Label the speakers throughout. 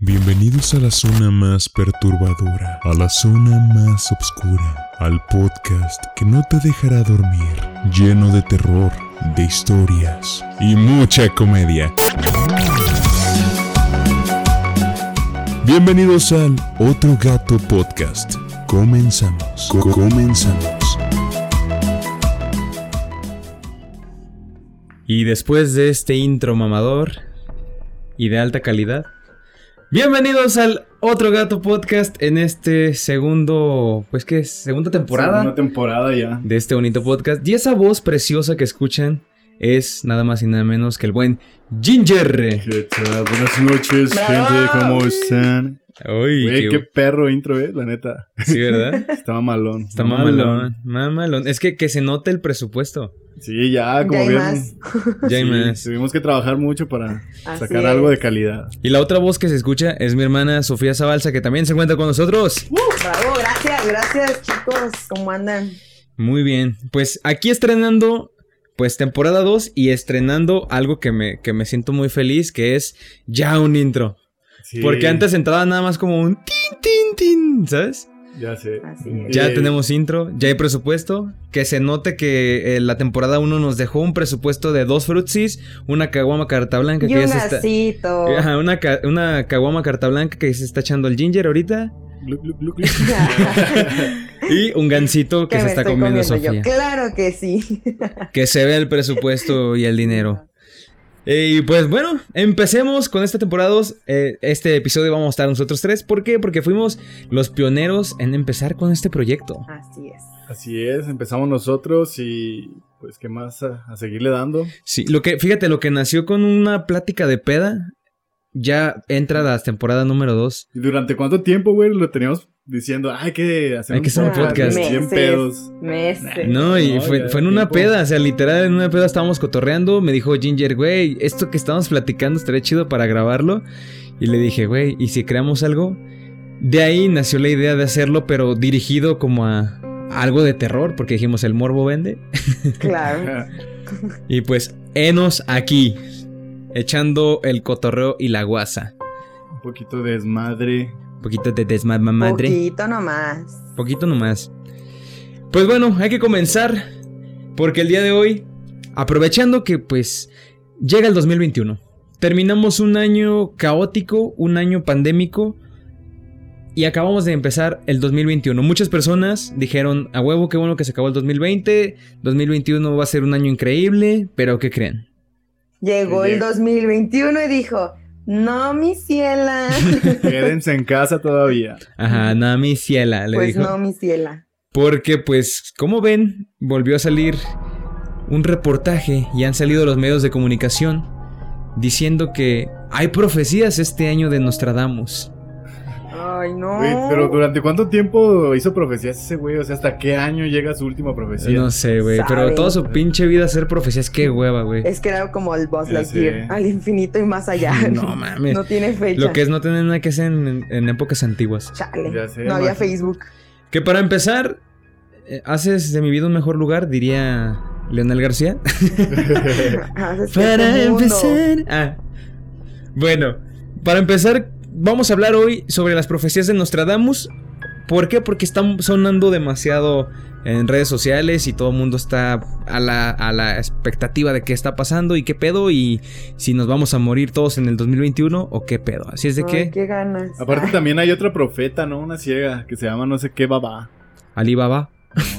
Speaker 1: Bienvenidos a la zona más perturbadora, a la zona más oscura, al podcast que no te dejará dormir, lleno de terror, de historias y mucha comedia. Bienvenidos al Otro Gato Podcast. Comenzamos. Co- comenzamos.
Speaker 2: Y después de este intro mamador y de alta calidad, bienvenidos al otro gato podcast en este segundo, pues qué es, segunda temporada
Speaker 3: Segunda temporada ya.
Speaker 2: de este bonito podcast. Y esa voz preciosa que escuchan es nada más y nada menos que el buen Ginger.
Speaker 3: ¿Qué tal? Buenas noches,
Speaker 2: Bravo.
Speaker 3: gente. ¿Cómo están?
Speaker 2: Uy,
Speaker 3: Güey,
Speaker 2: qué-
Speaker 3: qué perro intro, eh, la neta.
Speaker 2: sí, ¿verdad?
Speaker 3: Está mamalón.
Speaker 2: Está mamalón, mamalón. Es que que se note el presupuesto.
Speaker 3: Sí, ya,
Speaker 4: Ya
Speaker 3: como
Speaker 4: hay
Speaker 3: vieron.
Speaker 4: más.
Speaker 2: Ya hay
Speaker 3: Sí,
Speaker 2: más.
Speaker 3: Tuvimos que trabajar mucho para
Speaker 4: Así
Speaker 3: sacar
Speaker 4: es.
Speaker 3: algo de calidad.
Speaker 2: Y la otra voz que se escucha es mi hermana Sofía Zabalza, que también se encuentra con nosotros.
Speaker 4: Bravo, gracias, gracias chicos. ¿Cómo andan?
Speaker 2: Muy bien, pues aquí estrenando pues temporada 2 y estrenando algo que me, que me siento muy feliz, que es ya un intro.
Speaker 3: Sí,
Speaker 2: Porque antes entraba nada más como un tin, tin, tin, ¿sabes?
Speaker 3: Ya sé.
Speaker 4: Así es.
Speaker 2: Ya
Speaker 3: Eh,
Speaker 2: tenemos intro, ya hay presupuesto. Que se note que eh, la temporada 1 nos dejó un presupuesto de dos frutsis, una caguama carta blanca
Speaker 4: Y
Speaker 2: que
Speaker 4: un
Speaker 2: ya se está...
Speaker 4: lacito.
Speaker 2: Ajá, una, ca- una caguama carta blanca que se está echando el ginger ahorita.
Speaker 3: gluc, gluc, gluc, gluc.
Speaker 2: Y un gancito que
Speaker 4: Que
Speaker 2: se
Speaker 4: me
Speaker 2: está
Speaker 4: estoy
Speaker 2: comiendo,
Speaker 4: comiendo
Speaker 2: Sofía.
Speaker 4: yo. Claro que sí.
Speaker 2: Que se vea el presupuesto y el dinero. Y pues bueno, empecemos con esta temporada 2. este episodio vamos a estar nosotros tres. ¿Por qué? Porque fuimos los pioneros en empezar con este proyecto.
Speaker 4: Así es.
Speaker 3: Así es, empezamos nosotros y pues qué más a, a seguirle dando.
Speaker 2: Sí, lo que, fíjate, lo que nació con una plática de peda ya entra la temporada número 2.
Speaker 3: ¿Y durante cuánto tiempo, güey, lo teníamos diciendo, hay que hacer
Speaker 2: Hay que hacer un podcast.
Speaker 3: bien
Speaker 4: Meses.
Speaker 3: pedos.
Speaker 4: Meses.
Speaker 2: No, y
Speaker 3: No,
Speaker 2: fue,
Speaker 3: ya
Speaker 2: fue en
Speaker 3: era
Speaker 2: una
Speaker 3: tiempo.
Speaker 2: peda, o sea, literal, en una peda estábamos cotorreando. Me dijo Ginger, güey, esto que estamos platicando estaría chido para grabarlo. Y le dije, güey, ¿y si creamos algo? De ahí nació la idea de hacerlo, pero dirigido como a algo de terror, porque dijimos, el morbo vende.
Speaker 4: Claro.
Speaker 2: Y pues, enos aquí, echando el cotorreo y la guasa.
Speaker 3: un poquito de desmadre.
Speaker 2: Un poquito de desmadre.
Speaker 4: Poquito nomás.
Speaker 2: Poquito nomás. Pues bueno, hay que comenzar. Porque el día de hoy, aprovechando que pues llega el 2021. Terminamos un año caótico, un año pandémico. Y acabamos de empezar el 2021. Muchas personas dijeron, a huevo, qué bueno que se acabó el 2020. 2021 va a ser un año increíble. Pero ¿qué creen?
Speaker 4: Llegó el 2021 y dijo, no, mi ciela.
Speaker 3: Quédense en casa todavía.
Speaker 2: Ajá, Nami Ciela le
Speaker 4: pues
Speaker 2: dijo.
Speaker 4: no, mi ciela.
Speaker 2: Porque pues, como ven, volvió a salir un reportaje y han salido los medios de comunicación diciendo que hay profecías este año de Nostradamus.
Speaker 4: Ay, no.
Speaker 3: Güey, pero ¿durante cuánto tiempo hizo profecías ese güey? O sea, ¿hasta qué año llega su última profecía?
Speaker 2: no sé, güey, pero
Speaker 4: sabe.
Speaker 2: toda su pinche vida hacer profecías, qué hueva, güey.
Speaker 4: Es que era como el Boss
Speaker 3: Ya
Speaker 4: Lightyear,
Speaker 3: sé.
Speaker 4: al infinito y más allá.
Speaker 2: No mames.
Speaker 4: No tiene fecha.
Speaker 2: Lo que es no tener nada que hacer en, en épocas antiguas.
Speaker 4: Chale.
Speaker 3: Ya sé,
Speaker 4: no había
Speaker 3: macho.
Speaker 4: Facebook.
Speaker 2: Que para empezar, eh, haces de mi vida un mejor lugar, diría Leonel García.
Speaker 4: Haces que
Speaker 2: Para
Speaker 4: este mundo-
Speaker 2: empezar. Ah. Bueno, para empezar, vamos a hablar hoy sobre las profecías de Nostradamus. ¿Por qué? Porque están sonando demasiado en redes sociales y todo el mundo está a la, a la expectativa de qué está pasando y qué pedo y si nos vamos a morir todos en el 2021 o qué pedo. Así es de
Speaker 4: Ay,
Speaker 2: que
Speaker 4: qué ganas.
Speaker 3: Aparte también hay otra profeta, ¿no? Una ciega que se llama no sé qué Baba.
Speaker 2: Ali Baba.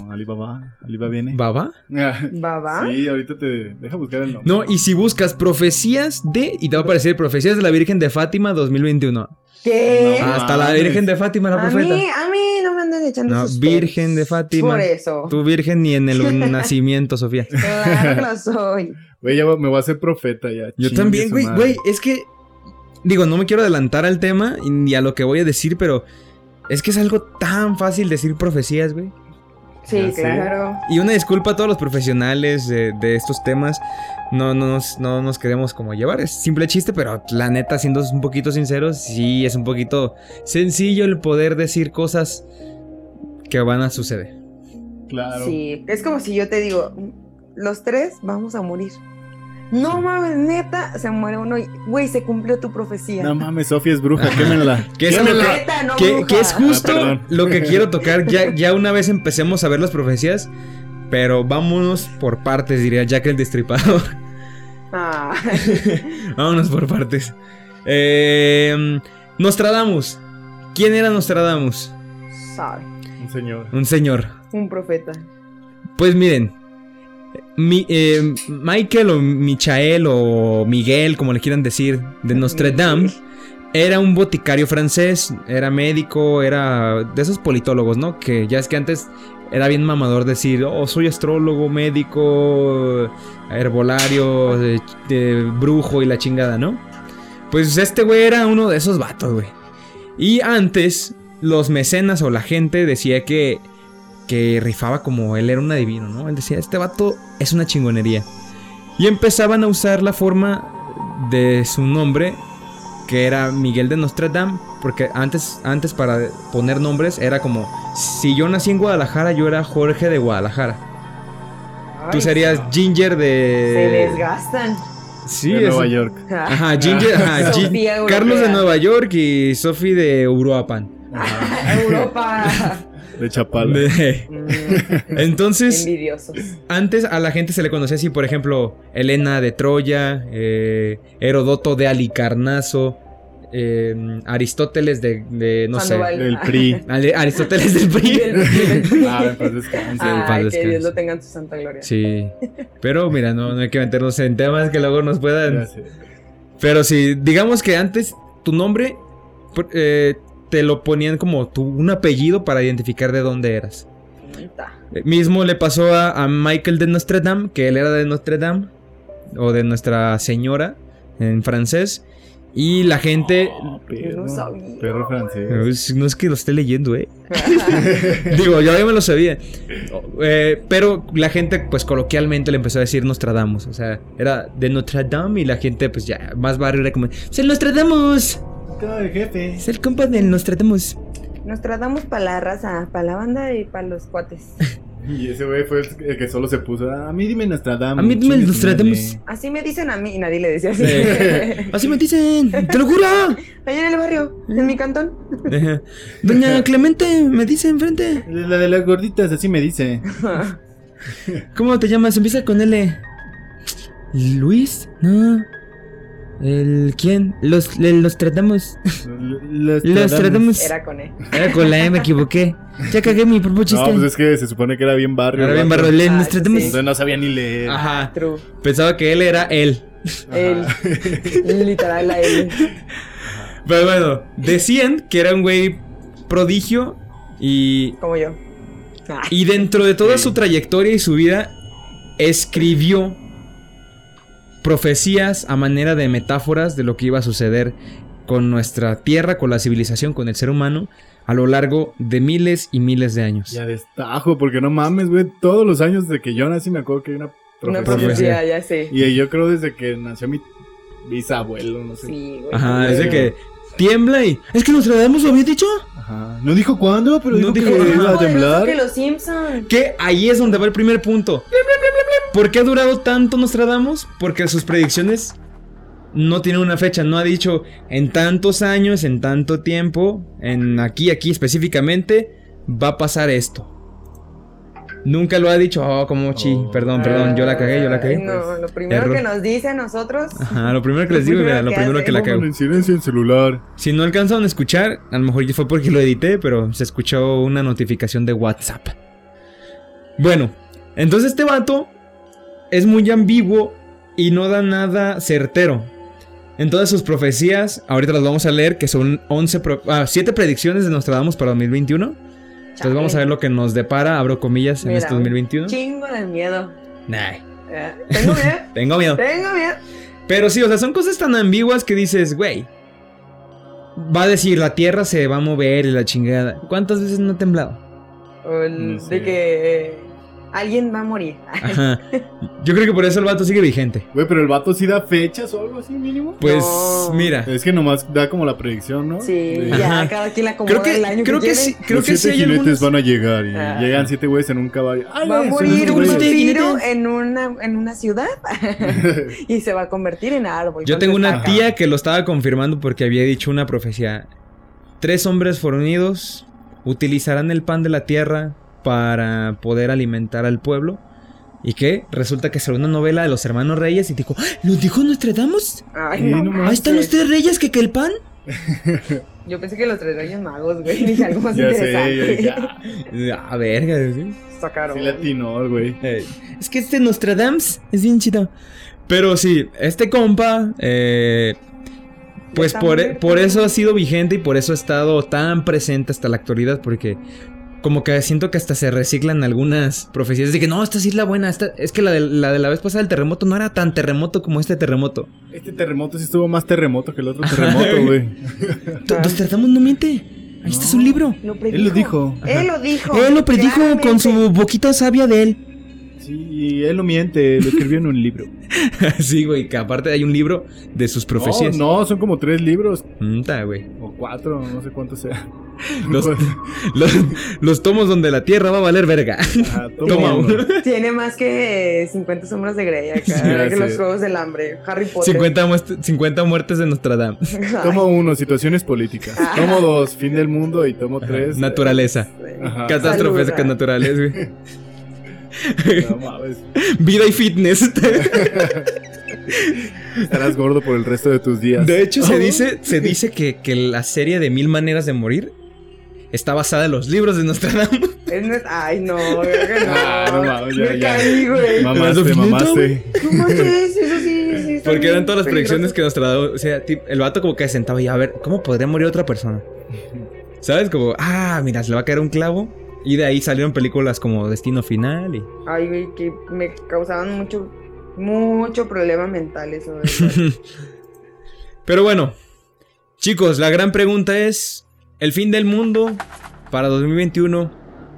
Speaker 3: No, Ali Baba. Ali Baba viene. Ah,
Speaker 2: ¿Baba?
Speaker 4: Ah, Baba.
Speaker 3: Sí, ahorita te deja buscar el nombre.
Speaker 2: No, y si buscas profecías de... Y te va a aparecer profecías de la Virgen de Fátima 2021.
Speaker 4: ¿Qué?
Speaker 3: No,
Speaker 2: Hasta la
Speaker 3: mames.
Speaker 2: Virgen de Fátima, Ah, la
Speaker 4: a
Speaker 2: profeta.
Speaker 4: mí, a mí no me andan echando
Speaker 2: No,
Speaker 4: sus
Speaker 2: Virgen
Speaker 4: pedos.
Speaker 2: de Fátima.
Speaker 4: Por eso.
Speaker 2: Tu virgen ni en el nacimiento, Sofía.
Speaker 4: Claro que lo soy.
Speaker 3: Güey, ya va- me voy a hacer profeta ya.
Speaker 2: Yo
Speaker 3: Chingue
Speaker 2: también,
Speaker 3: su
Speaker 2: güey.
Speaker 3: madre.
Speaker 2: Güey, es que. Digo, no me quiero adelantar al tema y ni a lo que voy a decir, pero. Es que es algo tan fácil decir profecías, güey.
Speaker 4: Sí,
Speaker 3: Ya sé.
Speaker 4: claro.
Speaker 2: Y una disculpa a todos los profesionales de, de estos temas. No, no, nos, no nos queremos como llevar. Es simple chiste, pero la neta, siendo un poquito sinceros, sí es un poquito sencillo el poder decir cosas que van a suceder.
Speaker 3: Claro.
Speaker 4: Sí. Es como si yo te digo, los tres vamos a morir. No mames, neta, se muere uno y, güey, se cumplió tu profecía.
Speaker 3: No mames, Sofía es bruja, quémela.
Speaker 2: Que es,
Speaker 3: Quémela.
Speaker 4: Neta, no,
Speaker 2: que-
Speaker 4: bruja.
Speaker 2: que es justo
Speaker 3: Ah, perdón.
Speaker 2: lo que quiero tocar. Ya, ya una vez empecemos a ver las profecías, pero vámonos por partes, diría Jack el Destripador.
Speaker 4: Ah,
Speaker 2: vámonos por partes. Eh, Nostradamus. ¿Quién era Nostradamus?
Speaker 4: sabe,
Speaker 3: Un señor.
Speaker 2: Un señor.
Speaker 4: un profeta.
Speaker 2: Pues miren, mi- eh, Michael o Michael o Miguel, como le quieran decir, de Nostredam, era un boticario francés, era médico, era de esos politólogos, ¿no? Que ya es que antes era bien mamador decir, oh, soy astrólogo, médico, herbolario, de- de brujo y la chingada, ¿no? Pues este güey era uno de esos vatos, güey. Y antes, los mecenas o la gente decía que que rifaba como él era un adivino, ¿no? Él decía, este vato es una chingonería. Y empezaban a usar la forma de su nombre, que era Miguel de Nostradam, porque antes, antes para poner nombres era como, si yo nací en Guadalajara, yo era Jorge de Guadalajara. Tú
Speaker 4: Ay,
Speaker 2: serías Ginger de...
Speaker 4: Se desgastan.
Speaker 2: Sí,
Speaker 3: de
Speaker 2: es-
Speaker 3: Nueva York.
Speaker 2: Ajá, Ginger, ajá,
Speaker 4: Sofía
Speaker 2: Gin-
Speaker 4: Europea.
Speaker 2: Carlos de Nueva York y Sofi de Uruapan.
Speaker 4: Europa.
Speaker 3: De Chapala.
Speaker 2: De-
Speaker 4: Mm,
Speaker 2: Entonces,
Speaker 4: envidiosos.
Speaker 2: Antes a la gente se le conocía así, por ejemplo, Helena de Troya, eh, Herodoto de Alicarnaso, eh, Aristóteles de, de, no
Speaker 4: Sandoval.
Speaker 3: Del PRI.
Speaker 2: sé. Ale- Aristóteles del PRI.
Speaker 3: Ah, en paz descanse.
Speaker 2: Ah.
Speaker 4: Ay, que
Speaker 2: descanse.
Speaker 4: Dios lo tenga en su santa gloria.
Speaker 2: Sí. Pero mira, no, no hay que meternos en temas que luego nos puedan.
Speaker 3: Gracias.
Speaker 2: Pero sí, digamos que antes tu nombre pr- eh, te lo ponían como tu, un apellido para identificar de dónde eras.
Speaker 4: Neta.
Speaker 2: Eh, Mismo le pasó a, a Michael de Notre Dame, que él era de Notre Dame, o de Nuestra Señora en francés. Y la gente.
Speaker 3: Oh, perro.
Speaker 4: No sabía.
Speaker 3: Perro francés.
Speaker 2: Es- No es que lo esté leyendo, eh. Digo, yo ya me lo sabía. Eh, pero la gente, pues coloquialmente le empezó a decir Nostradamus. O sea, era de Notre Dame y la gente, pues ya, más barrio era como: ¡Es el Nostradamus!
Speaker 3: Todo el jefe.
Speaker 2: ¡Es el compa del Nostradamus!
Speaker 4: Nos tratamos para la raza, para la banda y para los cuates.
Speaker 3: Y ese güey fue el que- el que solo se puso. A mí dime Nostradamus.
Speaker 2: A mí dime
Speaker 3: chingue su
Speaker 2: Nostradamus.
Speaker 3: madre".
Speaker 4: Así me dicen a mí y nadie le decía así.
Speaker 2: Sí. Pues Así me dicen, te lo juro.
Speaker 4: Allá en el barrio, en mi cantón.
Speaker 2: Ajá. Doña Clemente me dice enfrente.
Speaker 3: La de las gorditas, así me dice.
Speaker 2: ¿Cómo te llamas? Empieza con L. ¿Luis? No. ¿El quién? Los, le- los tratamos.
Speaker 3: Los
Speaker 2: Los tratamos. Era...
Speaker 4: Era con él.
Speaker 2: con la E, me equivoqué. Ya cagué mi propio chiste.
Speaker 3: No, pues es que se supone que era bien barrio. pues,
Speaker 2: Ahora bien,
Speaker 3: vato.
Speaker 2: barro, le-
Speaker 4: Ah,
Speaker 2: los
Speaker 4: eso sí.
Speaker 2: tratamos.
Speaker 3: Entonces no sabía ni leer.
Speaker 2: Ajá.
Speaker 4: True.
Speaker 2: Pensaba que él era él.
Speaker 3: Ajá.
Speaker 4: Él. Literal a él.
Speaker 2: Pero bueno, decían que era un güey prodigio y,
Speaker 4: Como yo. Ah,
Speaker 2: y dentro de toda
Speaker 3: Sí.
Speaker 2: su trayectoria y su vida escribió profecías a manera de metáforas de lo que iba a suceder con nuestra tierra, con la civilización, con el ser humano a lo largo de miles y miles de años.
Speaker 3: Ya destajo, porque no mames, güey. Todos los años desde que yo nací me acuerdo que hay una
Speaker 4: Una
Speaker 3: profecía.
Speaker 4: profecía, ya sé.
Speaker 3: Y yo creo desde que nació mi bisabuelo, no sé.
Speaker 4: Sí, güey.
Speaker 2: Ajá, es de que tiembla y es que Nostradamus lo había dicho.
Speaker 3: Ajá. No dijo cuándo, pero
Speaker 2: No
Speaker 3: dijo,
Speaker 2: dijo
Speaker 3: que
Speaker 2: cuándo.
Speaker 3: iba a
Speaker 4: Como el oso
Speaker 3: temblar.
Speaker 4: que los Simpson.
Speaker 2: Que ahí es donde va el primer punto. ¿Por qué ha durado tanto Nostradamus? Porque sus predicciones no tienen una fecha, no ha dicho en tantos años, en tanto tiempo, en aquí, aquí específicamente, va a pasar esto. Nunca lo ha dicho, oh, como chi,
Speaker 3: Oh.
Speaker 2: perdón, perdón, yo la cagué, yo la
Speaker 4: Ay,
Speaker 2: cagué. Pues,
Speaker 4: No, lo primero
Speaker 2: Error.
Speaker 4: que nos dice a nosotros.
Speaker 2: Ajá, lo primero que les digo, mira, lo primero que la cago.
Speaker 3: Pongan en silencio el celular.
Speaker 2: Si no alcanzaron a escuchar, a lo mejor fue porque lo edité, pero se escuchó una notificación de WhatsApp. Bueno, entonces este vato es muy ambiguo y no da nada certero. Entonces sus profecías, ahorita las vamos a leer, que son 11 pro- ah, 7 predicciones de Nostradamus para 2021. Entonces vamos a ver lo que nos depara, abro comillas, en
Speaker 4: Mira,
Speaker 2: este 2021.
Speaker 4: Chingo del miedo.
Speaker 2: Nah,
Speaker 4: Eh, Tengo miedo.
Speaker 2: tengo miedo.
Speaker 4: Tengo miedo.
Speaker 2: Pero sí, o sea, son cosas tan ambiguas que dices, güey. Va a decir, la tierra se va a mover y la chingada. ¿Cuántas veces no ha temblado?
Speaker 4: O el-
Speaker 3: No sé.
Speaker 4: De que. eh, alguien va a morir.
Speaker 2: Ajá. Yo creo que por eso el vato sigue vigente.
Speaker 3: Güey, pero el vato sí da fechas o algo así mínimo.
Speaker 2: Pues
Speaker 4: No.
Speaker 2: mira.
Speaker 3: Es que nomás da como la predicción, ¿no?
Speaker 4: Sí,
Speaker 3: De-
Speaker 4: ya, cada quien la acomoda
Speaker 2: Creo que,
Speaker 4: el año
Speaker 2: creo que,
Speaker 4: quiere.
Speaker 2: sí, creo
Speaker 3: Los
Speaker 2: que sí
Speaker 3: siete
Speaker 2: hay
Speaker 3: jinetes
Speaker 2: algunos.
Speaker 3: van a llegar y
Speaker 4: Ah.
Speaker 3: llegan siete güeyes en un caballo. Ay,
Speaker 4: Va a
Speaker 3: son
Speaker 4: morir
Speaker 3: esos
Speaker 4: un
Speaker 3: güeyes.
Speaker 4: vampiro
Speaker 2: güeyes.
Speaker 4: en una, en una ciudad y se va a convertir en árbol.
Speaker 2: Yo tengo
Speaker 4: Entonces,
Speaker 2: una
Speaker 4: acá.
Speaker 2: tía que lo estaba confirmando porque había dicho una profecía. Tres hombres fornidos utilizarán el pan de la tierra para poder alimentar al pueblo. Y que resulta que será una novela de los hermanos Reyes y dijo, "¡Ah! ¿lo dijo Nostradamus?
Speaker 4: Ay,
Speaker 3: Sí,
Speaker 4: no,
Speaker 3: no
Speaker 4: manches.
Speaker 2: Ahí Ah, están los tres reyes que que el pan.
Speaker 4: Yo pensé que los tres reyes magos, güey. Dije algo más
Speaker 3: Ya sé, yo
Speaker 4: interesante.
Speaker 3: dije, ah,
Speaker 2: Ah, verga. ¿sí?
Speaker 4: Está caro.
Speaker 3: sí latino el güey.
Speaker 2: Eh, Es que este Nostradamus es bien chido. Pero sí, este compa, eh, pues
Speaker 4: Está
Speaker 2: por,
Speaker 4: muerto.
Speaker 2: por eso ha sido vigente y por eso ha estado tan presente hasta la actualidad, porque como que siento que hasta se reciclan algunas profecías de que no, esta sí es la buena, esta, es que la de, la de la vez pasada del terremoto no era tan terremoto como este terremoto.
Speaker 3: Este terremoto sí estuvo más terremoto que el otro terremoto, güey.
Speaker 2: T- Nostradamus no miente, ahí está su libro.
Speaker 4: Lo predijo.
Speaker 3: Él lo dijo.
Speaker 4: Él lo dijo. "Eh".
Speaker 2: Él lo predijo con su boquita sabia de él.
Speaker 3: Sí, y él no miente, lo escribió en un libro.
Speaker 2: sí, güey, que aparte hay un libro de sus profecías.
Speaker 3: Oh, No, no, son como tres libros
Speaker 2: Mm, ta, güey.
Speaker 3: o cuatro, no sé cuántos sea.
Speaker 2: Los- Los, los tomos donde la tierra va a valer verga.
Speaker 3: Ajá, toma
Speaker 2: Toma
Speaker 3: uno.
Speaker 2: uno.
Speaker 4: claramente. Tiene más que eh, 50 sombras de Grey acá.
Speaker 3: ya
Speaker 4: que
Speaker 3: sé.
Speaker 4: los juegos del hambre. Harry Potter.
Speaker 2: 50, muest- 50 muertes de Nostradamus.
Speaker 4: Ay,
Speaker 3: Tomo uno, situaciones políticas. Tomo dos, fin del mundo. Y tomo tres.
Speaker 2: Naturaleza.
Speaker 4: güey.
Speaker 3: Ajá.
Speaker 2: Catástrofes
Speaker 4: Saluda.
Speaker 2: naturales, güey.
Speaker 3: No mames.
Speaker 2: Vida y fitness.
Speaker 3: Estarás gordo por el resto de tus días.
Speaker 2: De hecho, se dice, se dice que, que la serie de Mil Maneras de Morir está basada en los libros de Nostradamus.
Speaker 4: Él no es- Ay, no, creo que no.
Speaker 3: Ah, no mames, ya,
Speaker 4: Me
Speaker 3: ya.
Speaker 4: caí, güey.
Speaker 2: ¿Lo
Speaker 3: Mamaste,
Speaker 2: finito,
Speaker 3: mamaste.
Speaker 4: ¿Cómo crees? Eso sí, sí. está
Speaker 2: Porque
Speaker 4: bien
Speaker 2: eran todas las predicciones
Speaker 4: peligroso.
Speaker 2: que Nostradamus. O sea, tip- el vato como que sentaba y a ver, ¿cómo podría morir otra persona? ¿Sabes? Como, ah, mira, se le va a caer un clavo. Y de ahí salieron películas como Destino Final y.
Speaker 4: Ay, güey, que me causaban mucho, mucho problema mental eso. güey.
Speaker 2: Pero bueno, chicos, la gran pregunta es, ¿el fin del mundo para 2021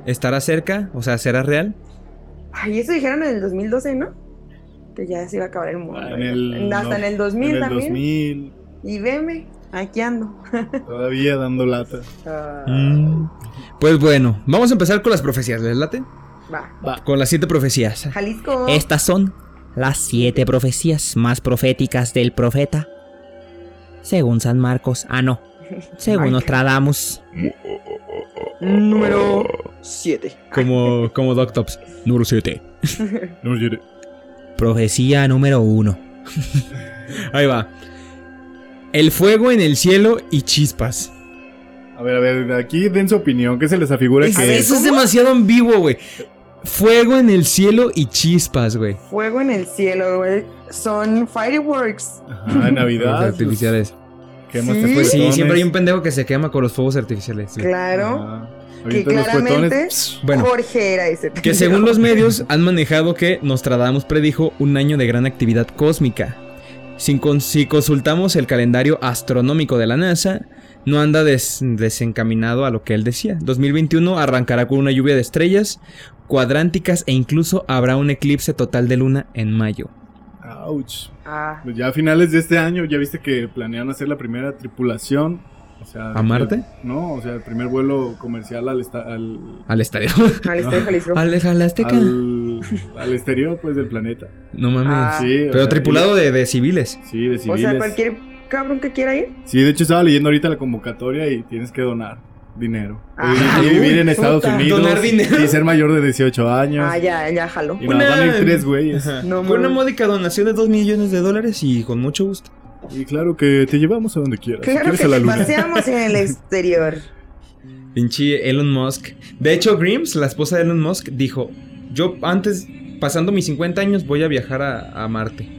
Speaker 2: estará cerca? O sea, ¿será real?
Speaker 4: Ay, eso dijeron en el 2012, ¿no? Que ya se iba a acabar el mundo.
Speaker 3: Ah,
Speaker 4: güey. Hasta
Speaker 3: no,
Speaker 4: en el 2000
Speaker 3: en el
Speaker 4: también.
Speaker 3: 2000,
Speaker 4: Y veme, aquí ando.
Speaker 3: todavía dando lata.
Speaker 4: Ah,
Speaker 2: Mm. Pues bueno, vamos a empezar con las profecías, ¿les late?
Speaker 4: Va.
Speaker 2: Con las siete profecías.
Speaker 4: Jalisco.
Speaker 5: Estas son las siete profecías más proféticas del profeta. Según San Marcos. Ah, no. Según
Speaker 4: Ay.
Speaker 5: Nostradamus.
Speaker 4: Número 7.
Speaker 2: Como, como Doctops. Número 7.
Speaker 3: No me llore.
Speaker 5: Profecía número uno.
Speaker 2: Ahí va. El fuego en el cielo y chispas.
Speaker 3: A ver, a ver, aquí den su opinión. ¿Qué se les afigura
Speaker 2: Es-
Speaker 3: que
Speaker 2: eso es demasiado ambiguo, güey. Fuego en el cielo y chispas, güey.
Speaker 4: Fuego en el cielo, güey. Son fireworks.
Speaker 3: Ajá, en
Speaker 2: Fuegos
Speaker 3: Navidad?
Speaker 2: artificiales.
Speaker 3: pues, quemaste
Speaker 4: Sí.
Speaker 2: Pues sí,
Speaker 3: fuetones.
Speaker 2: siempre hay un pendejo que se quema con los fuegos artificiales. sí.
Speaker 4: Claro.
Speaker 3: Ajá.
Speaker 4: que
Speaker 3: Ahorita los
Speaker 4: claramente
Speaker 3: fuetones.
Speaker 2: Bueno,
Speaker 4: Jorge era ese.
Speaker 2: que según los medios han manejado que Nostradamus predijo un año de gran actividad cósmica. Sin con- si consultamos el calendario astronómico de la NASA, no anda des- desencaminado a lo que él decía. 2021 arrancará con una lluvia de estrellas cuadránticas e incluso habrá un eclipse total de luna en mayo.
Speaker 3: Ouch.
Speaker 4: Ah,
Speaker 3: Pues ya a finales de este año, ya viste que planean hacer la primera tripulación. O sea,
Speaker 2: ¿A Marte?
Speaker 3: el- no, o sea, el primer vuelo comercial al, esta- al,
Speaker 2: Al estadio.
Speaker 4: al
Speaker 3: Ah.
Speaker 4: estado de Jalisco.
Speaker 2: Al, al Azteca.
Speaker 3: al, al exterior, pues, del planeta.
Speaker 2: No mames.
Speaker 4: Ah.
Speaker 3: Sí, o
Speaker 2: Pero
Speaker 3: sea,
Speaker 2: tripulado de, de civiles.
Speaker 3: y- Sí, de
Speaker 4: O
Speaker 3: civiles.
Speaker 4: sea, cualquier cabrón que quiera ir.
Speaker 3: Sí, de hecho estaba leyendo ahorita la convocatoria y tienes que donar dinero.
Speaker 4: Ah,
Speaker 3: y, y vivir en
Speaker 4: uy,
Speaker 3: Estados
Speaker 4: puta.
Speaker 3: Unidos.
Speaker 2: Donar dinero.
Speaker 3: Y ser mayor de 18 años.
Speaker 4: Ah, ya, ya jaló.
Speaker 3: Y nada,
Speaker 2: Una-
Speaker 3: van a ir tres güeyes.
Speaker 4: No,
Speaker 2: con una
Speaker 4: mames.
Speaker 2: módica donación de 2 millones de dólares y con mucho gusto.
Speaker 3: Y claro que te llevamos a donde quieras. si
Speaker 4: Claro
Speaker 3: quieres
Speaker 4: que
Speaker 3: a la
Speaker 4: te
Speaker 3: luna.
Speaker 4: paseamos en el exterior.
Speaker 2: Pinche Elon Musk. De hecho, Grims, la esposa de Elon Musk, dijo: Yo antes, pasando mis 50 años, voy a viajar a, a Marte.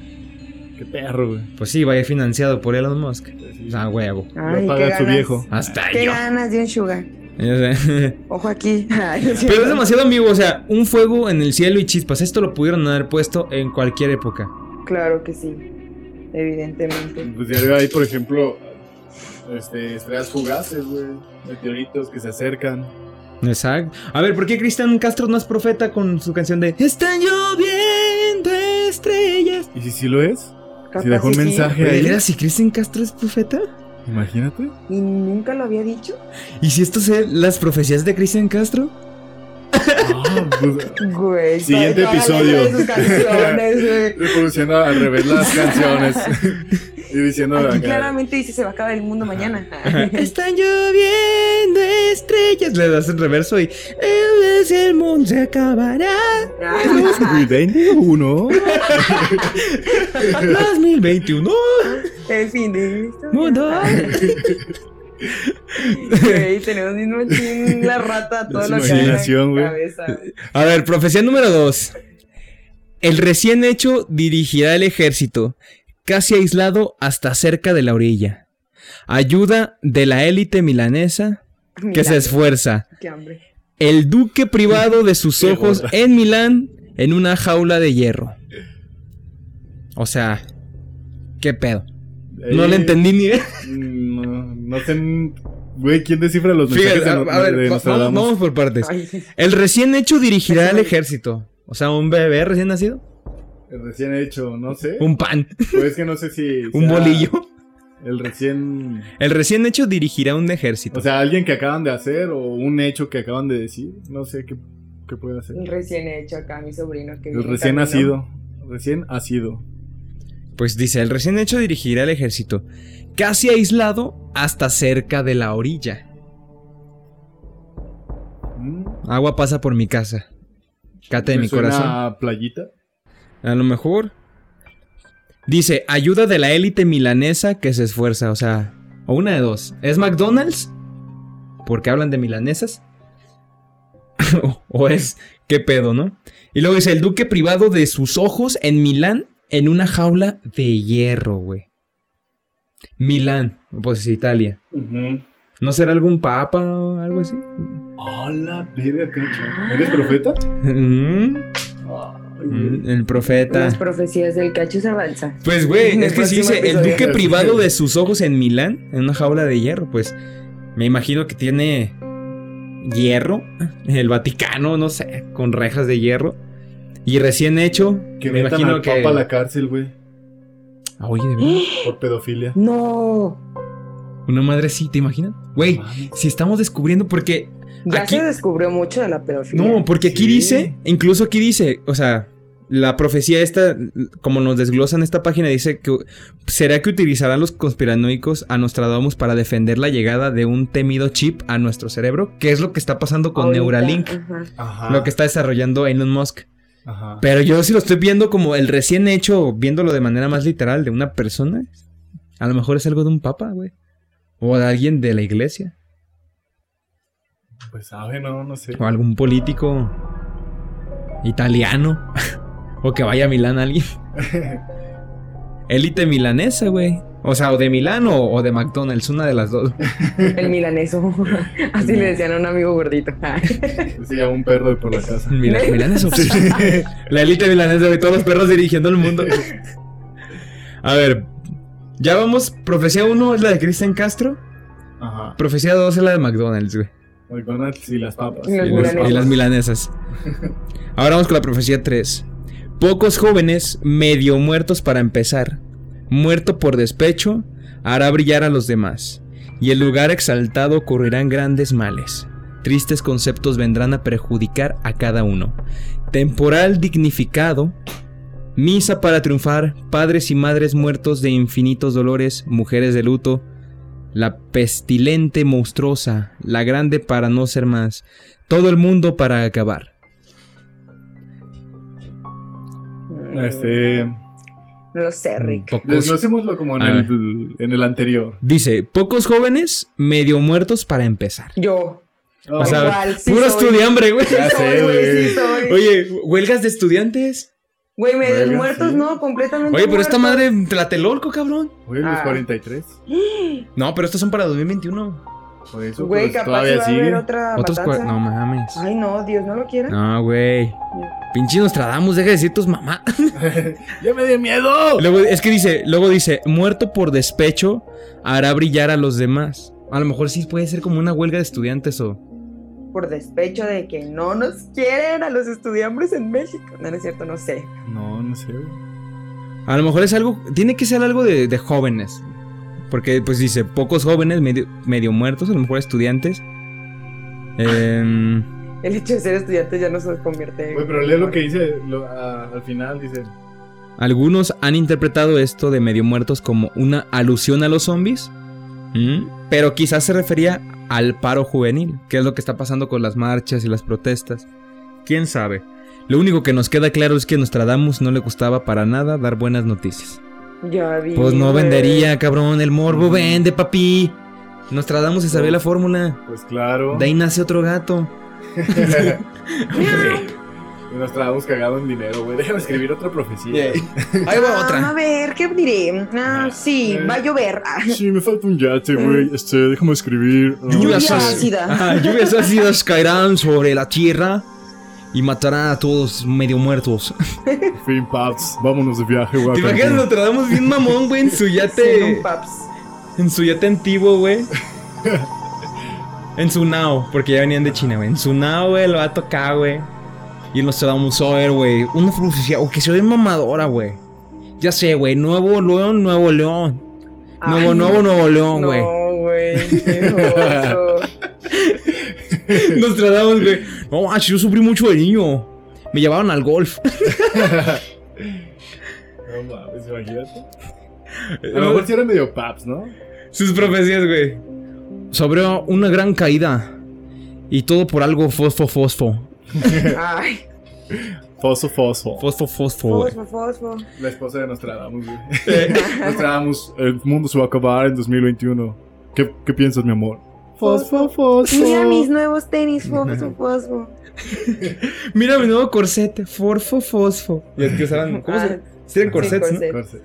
Speaker 3: Qué perro, güey.
Speaker 2: Pues sí, vaya financiado por Elon Musk.
Speaker 3: Sí.
Speaker 2: Ah, huevo.
Speaker 4: Ay,
Speaker 3: paga
Speaker 4: qué
Speaker 3: su
Speaker 4: ganas.
Speaker 3: viejo.
Speaker 2: Hasta
Speaker 4: Qué
Speaker 2: yo.
Speaker 4: ganas de un sugar.
Speaker 2: Ya sé.
Speaker 4: Ojo aquí. Ay, no
Speaker 2: Pero
Speaker 4: es
Speaker 2: es
Speaker 4: cierto.
Speaker 2: demasiado ambiguo. O sea, un fuego en el cielo y chispas. Esto lo pudieron haber puesto en cualquier época.
Speaker 4: Claro que sí. Evidentemente.
Speaker 3: Pues ya veo ahí, por ejemplo, este, estrellas fugaces, güey. Meteoritos que se acercan.
Speaker 2: Exacto. A ver, ¿por qué Cristian Castro no es profeta con su canción de Están lloviendo estrellas?
Speaker 3: ¿Y si sí lo es?
Speaker 4: Capaz
Speaker 3: Si dejó un
Speaker 4: y sí.
Speaker 3: mensaje.
Speaker 2: ¿De
Speaker 3: ahí?
Speaker 2: veras si Cristian Castro es profeta?
Speaker 3: Imagínate.
Speaker 4: ¿Y nunca lo había dicho?
Speaker 2: ¿Y si esto son las profecías de Cristian Castro?
Speaker 3: Ah, pues,
Speaker 4: Güey.
Speaker 3: Siguiente
Speaker 4: toda- toda la letra de
Speaker 3: episodio.
Speaker 4: sus canciones, güey.
Speaker 3: reproduciendo al revés las canciones. y diciendo
Speaker 4: Aquí
Speaker 3: acá,
Speaker 4: claramente dice se va a acabar el mundo mañana.
Speaker 2: Están lloviendo estrellas. Le das el reverso y el mundo se acabará.
Speaker 3: "Uy, 21.
Speaker 2: 2021.
Speaker 4: el fin de esto.
Speaker 2: Mundo.
Speaker 4: Güey, tenemos mismo chin, la rata, todo lo que hay
Speaker 3: Imaginación,
Speaker 4: en
Speaker 3: güey.
Speaker 4: la cabeza.
Speaker 2: A ver, profecía número 2. El recién hecho dirigirá el ejército, casi aislado hasta cerca de la orilla. Ayuda de la élite milanesa que
Speaker 4: Mira,
Speaker 2: se esfuerza.
Speaker 4: Qué hambre.
Speaker 2: El duque privado de sus
Speaker 3: Qué
Speaker 2: ojos
Speaker 3: gorda.
Speaker 2: en Milán en una jaula de hierro. O sea, ¿qué pedo? No
Speaker 3: Eh.
Speaker 2: le entendí ni idea.
Speaker 3: No, no sé. Güey, ¿quién descifra los mensajes
Speaker 2: Fíjate, a,
Speaker 3: de,
Speaker 2: a ver,
Speaker 3: de
Speaker 2: va- vamos,
Speaker 3: Nostradamus?
Speaker 2: vamos por partes.
Speaker 4: Ay,
Speaker 2: El recién hecho dirigirá
Speaker 4: Ese
Speaker 2: al
Speaker 4: güey.
Speaker 2: ejército. O sea, un bebé recién nacido.
Speaker 3: Recién hecho, no sé.
Speaker 2: Un pan,
Speaker 3: Pues es que no sé si.
Speaker 2: un
Speaker 3: sea
Speaker 2: bolillo.
Speaker 3: El recién.
Speaker 2: El recién hecho dirigirá un ejército.
Speaker 3: O sea, alguien que acaban de hacer o un hecho que acaban de decir. No sé qué, qué puede hacer.
Speaker 4: el recién hecho acá, mi sobrino. Que
Speaker 3: El
Speaker 4: viene
Speaker 3: recién
Speaker 4: camino.
Speaker 3: nacido. Recién nacido.
Speaker 2: Pues dice, el recién hecho dirigirá al ejército, casi aislado hasta cerca de la orilla.
Speaker 3: Mm,
Speaker 2: Agua pasa por mi casa. Cate de
Speaker 3: me
Speaker 2: mi
Speaker 3: suena
Speaker 2: corazón.
Speaker 3: a playita.
Speaker 2: A lo mejor. Dice, ayuda de la élite milanesa que se esfuerza. O sea, o una de dos. ¿Es McDonald's? Porque hablan de milanesas. o, o es, qué pedo, ¿no? Y luego dice, el duque privado de sus ojos en Milán en una jaula de hierro, güey. Milán, pues es Italia. ¿No será algún papa o algo así?
Speaker 3: Hola, verga, cacho. ¿Eres profeta?
Speaker 2: Mm,
Speaker 3: Ay, güey.
Speaker 2: mm, el profeta.
Speaker 4: Las profecías del cacho se avanza.
Speaker 2: Pues, güey,
Speaker 4: En
Speaker 2: es
Speaker 4: el
Speaker 2: que si
Speaker 4: próximo
Speaker 2: dice el
Speaker 4: episodio.
Speaker 2: duque privado de sus ojos en Milán, en una jaula de hierro, pues me imagino que tiene hierro, el Vaticano, no sé, con rejas de hierro. Y recién hecho,
Speaker 3: Que
Speaker 2: me
Speaker 3: metan
Speaker 2: imagino
Speaker 3: al
Speaker 2: que...
Speaker 3: papa a la cárcel, güey.
Speaker 2: Ah, Oye, de verdad,
Speaker 3: Por pedofilia.
Speaker 4: No,
Speaker 2: una madre sí, ¿te imaginas? Güey,
Speaker 3: Mames.
Speaker 2: si estamos descubriendo, porque...
Speaker 4: ya
Speaker 2: Aquí-
Speaker 4: se descubrió mucho de la pedofilia.
Speaker 2: No, porque aquí
Speaker 3: Sí.
Speaker 2: dice, incluso aquí dice, o sea, la profecía esta, como nos desglosan esta página, dice que será que utilizarán los conspiranoicos a Nostradamus para defender la llegada de un temido chip a nuestro cerebro, que es lo que está pasando con
Speaker 4: Ahorita,
Speaker 2: Neuralink,
Speaker 4: ajá.
Speaker 3: Ajá.
Speaker 2: lo que está desarrollando Elon Musk.
Speaker 3: Ajá.
Speaker 2: Pero yo sí lo estoy viendo como el recién hecho, viéndolo de manera más literal de una persona. A lo mejor es algo de un papa, güey. O de alguien de la iglesia.
Speaker 3: Pues sabe, no, no sé.
Speaker 2: O algún político italiano. o que vaya a Milán alguien. Élite milanesa, güey. O sea, o de Milán o, o de McDonald's, una de las dos.
Speaker 4: El milaneso. Así le decían a un amigo gordito.
Speaker 3: Sí, a un perro de por la casa.
Speaker 2: Mila- milanesa. La élite milanesa, güey. Todos los perros dirigiendo el mundo. A ver, ya vamos. Profecía 1 es la de Cristian Castro.
Speaker 3: Ajá.
Speaker 2: Profecía 2 es la de McDonald's, güey.
Speaker 3: McDonald's y las papas.
Speaker 4: Y los
Speaker 2: Y las,
Speaker 4: milanesas.
Speaker 2: y las milanesas. Ahora vamos con la profecía 3. Pocos jóvenes, medio muertos para empezar, muerto por despecho, hará brillar a los demás. Y el lugar exaltado ocurrirán grandes males. Tristes conceptos vendrán a perjudicar a cada uno. Temporal dignificado, misa para triunfar, padres y madres muertos de infinitos dolores, mujeres de luto, la pestilente monstruosa, la grande para no ser más, todo el mundo para acabar.
Speaker 3: Este.
Speaker 4: No lo sé, Rick.
Speaker 2: Pocos-
Speaker 3: Desglosémoslo como en
Speaker 2: A
Speaker 3: el, en el anterior.
Speaker 2: Dice, pocos jóvenes medio muertos para empezar.
Speaker 4: Yo.
Speaker 3: No,
Speaker 2: O sea,
Speaker 4: Igual, sí
Speaker 2: puro
Speaker 4: soy.
Speaker 2: estudiambre, güey.
Speaker 3: Ya
Speaker 4: Soy,
Speaker 3: sé,
Speaker 4: güey, sí
Speaker 3: güey.
Speaker 4: soy.
Speaker 2: Oye, huelgas de estudiantes.
Speaker 4: Güey, me
Speaker 3: Verga,
Speaker 4: muertos,
Speaker 3: sí.
Speaker 4: no, completamente.
Speaker 2: Oye, pero esta
Speaker 4: muertos.
Speaker 2: madre Tlatelolco, cabrón.
Speaker 3: Güey, los
Speaker 4: Ah.
Speaker 3: 43.
Speaker 2: No, pero estos son para 2021.
Speaker 3: Por eso
Speaker 4: Güey,
Speaker 3: pues,
Speaker 4: capaz
Speaker 3: todavía
Speaker 4: va a haber
Speaker 3: sigue.
Speaker 4: otra
Speaker 2: Otros cua-
Speaker 4: matanza. ¿Ah,
Speaker 2: No mames.
Speaker 4: Ay, no, Dios, no lo quiera.
Speaker 2: No, güey. Pinche Nostradamus, deja de decir tus mamás.
Speaker 3: ¡Ya me dio
Speaker 4: Oh.
Speaker 3: miedo!
Speaker 2: Luego, es que dice, luego dice, muerto por despecho hará brillar a los demás. A lo mejor sí puede ser como una huelga de estudiantes o...
Speaker 4: por despecho de que no nos quieren a los estudiantes en México. No, no es cierto, no sé.
Speaker 3: No, no sé, güey.
Speaker 2: A lo mejor es algo, tiene que ser algo de, de jóvenes. Porque pues dice, pocos jóvenes medio, medio muertos, a lo mejor estudiantes. Em,
Speaker 4: El hecho de ser estudiante ya no se convierte en...
Speaker 3: Güey, pero lee lo que dice lo- a- al final, dice.
Speaker 2: algunos han interpretado esto de medio muertos como una alusión a los zombies. ¿m? Pero quizás se refería al paro juvenil, que es lo que está pasando con las marchas y las protestas. ¿Quién sabe? Lo único que nos queda claro es que a Nostradamus no le gustaba para nada dar buenas noticias.
Speaker 4: Ya vi,
Speaker 2: Pues no
Speaker 4: güey.
Speaker 2: vendería, cabrón, el morbo vende, papi. Nostradamus se sabía la fórmula.
Speaker 3: Pues claro.
Speaker 2: De ahí nace otro gato.
Speaker 3: Y nos trabamos cagado en dinero, güey. Déjame escribir otra profecía.
Speaker 2: Ahí va
Speaker 4: Ah, a
Speaker 2: otra.
Speaker 4: ver, ¿qué diré? Ah, sí,
Speaker 3: Eh.
Speaker 4: va a llover. Ah,
Speaker 3: Sí, me falta un yate, güey. Este, déjame escribir. ah,
Speaker 4: Lluvia
Speaker 2: Lluvias ácidas.
Speaker 4: ácida.
Speaker 2: Ajá, lluvias ácidas caerán sobre la tierra y matarán a todos medio muertos.
Speaker 3: Fin, paps. Vámonos de viaje, güey.
Speaker 2: ¿Te
Speaker 3: a Cancún.
Speaker 2: imaginas? Lo tratamos bien mamón, güey, en su
Speaker 4: sin un
Speaker 2: yate.
Speaker 4: paps.
Speaker 2: En su yate antiguo, güey. En su nao, porque ya venían de China, güey. En su nao, güey, lo va a tocar, güey. Y nos tratamos a ver, güey. Una profecía, o que se ve mamadora, güey. Ya sé, güey. Nuevo León, Nuevo León. Nuevo,
Speaker 4: Ay,
Speaker 2: Nuevo, Nuevo León, güey.
Speaker 4: No, güey. qué oso.
Speaker 2: Nos tratamos, güey. No, manches, yo sufrí mucho de niño. Me llevaron al golf.
Speaker 3: No mames, imagínate. A lo mejor sí era medio paps, ¿no?
Speaker 2: Sus profecías, güey. Sobre una gran caída. Y todo por algo fosfo, fosfo.
Speaker 4: Ay,
Speaker 3: Foso, foso.
Speaker 2: Fosfo, fosfo, güey.
Speaker 4: fosfo, fosfo.
Speaker 3: La esposa de Nostradamus, güey. Nostradamus, el mundo se va a acabar en 2021. ¿Qué, qué piensas, mi amor? Fosfo, fosfo.
Speaker 4: Mira mis nuevos tenis, fosfo, fosfo.
Speaker 2: Mira mi nuevo corsete. Forfo, fosfo. Y es que usaban. ¿Cómo
Speaker 4: Ah,
Speaker 2: se.? Sí, eran
Speaker 4: sí,
Speaker 2: corsets, ¿no?
Speaker 4: corset.
Speaker 3: Corset.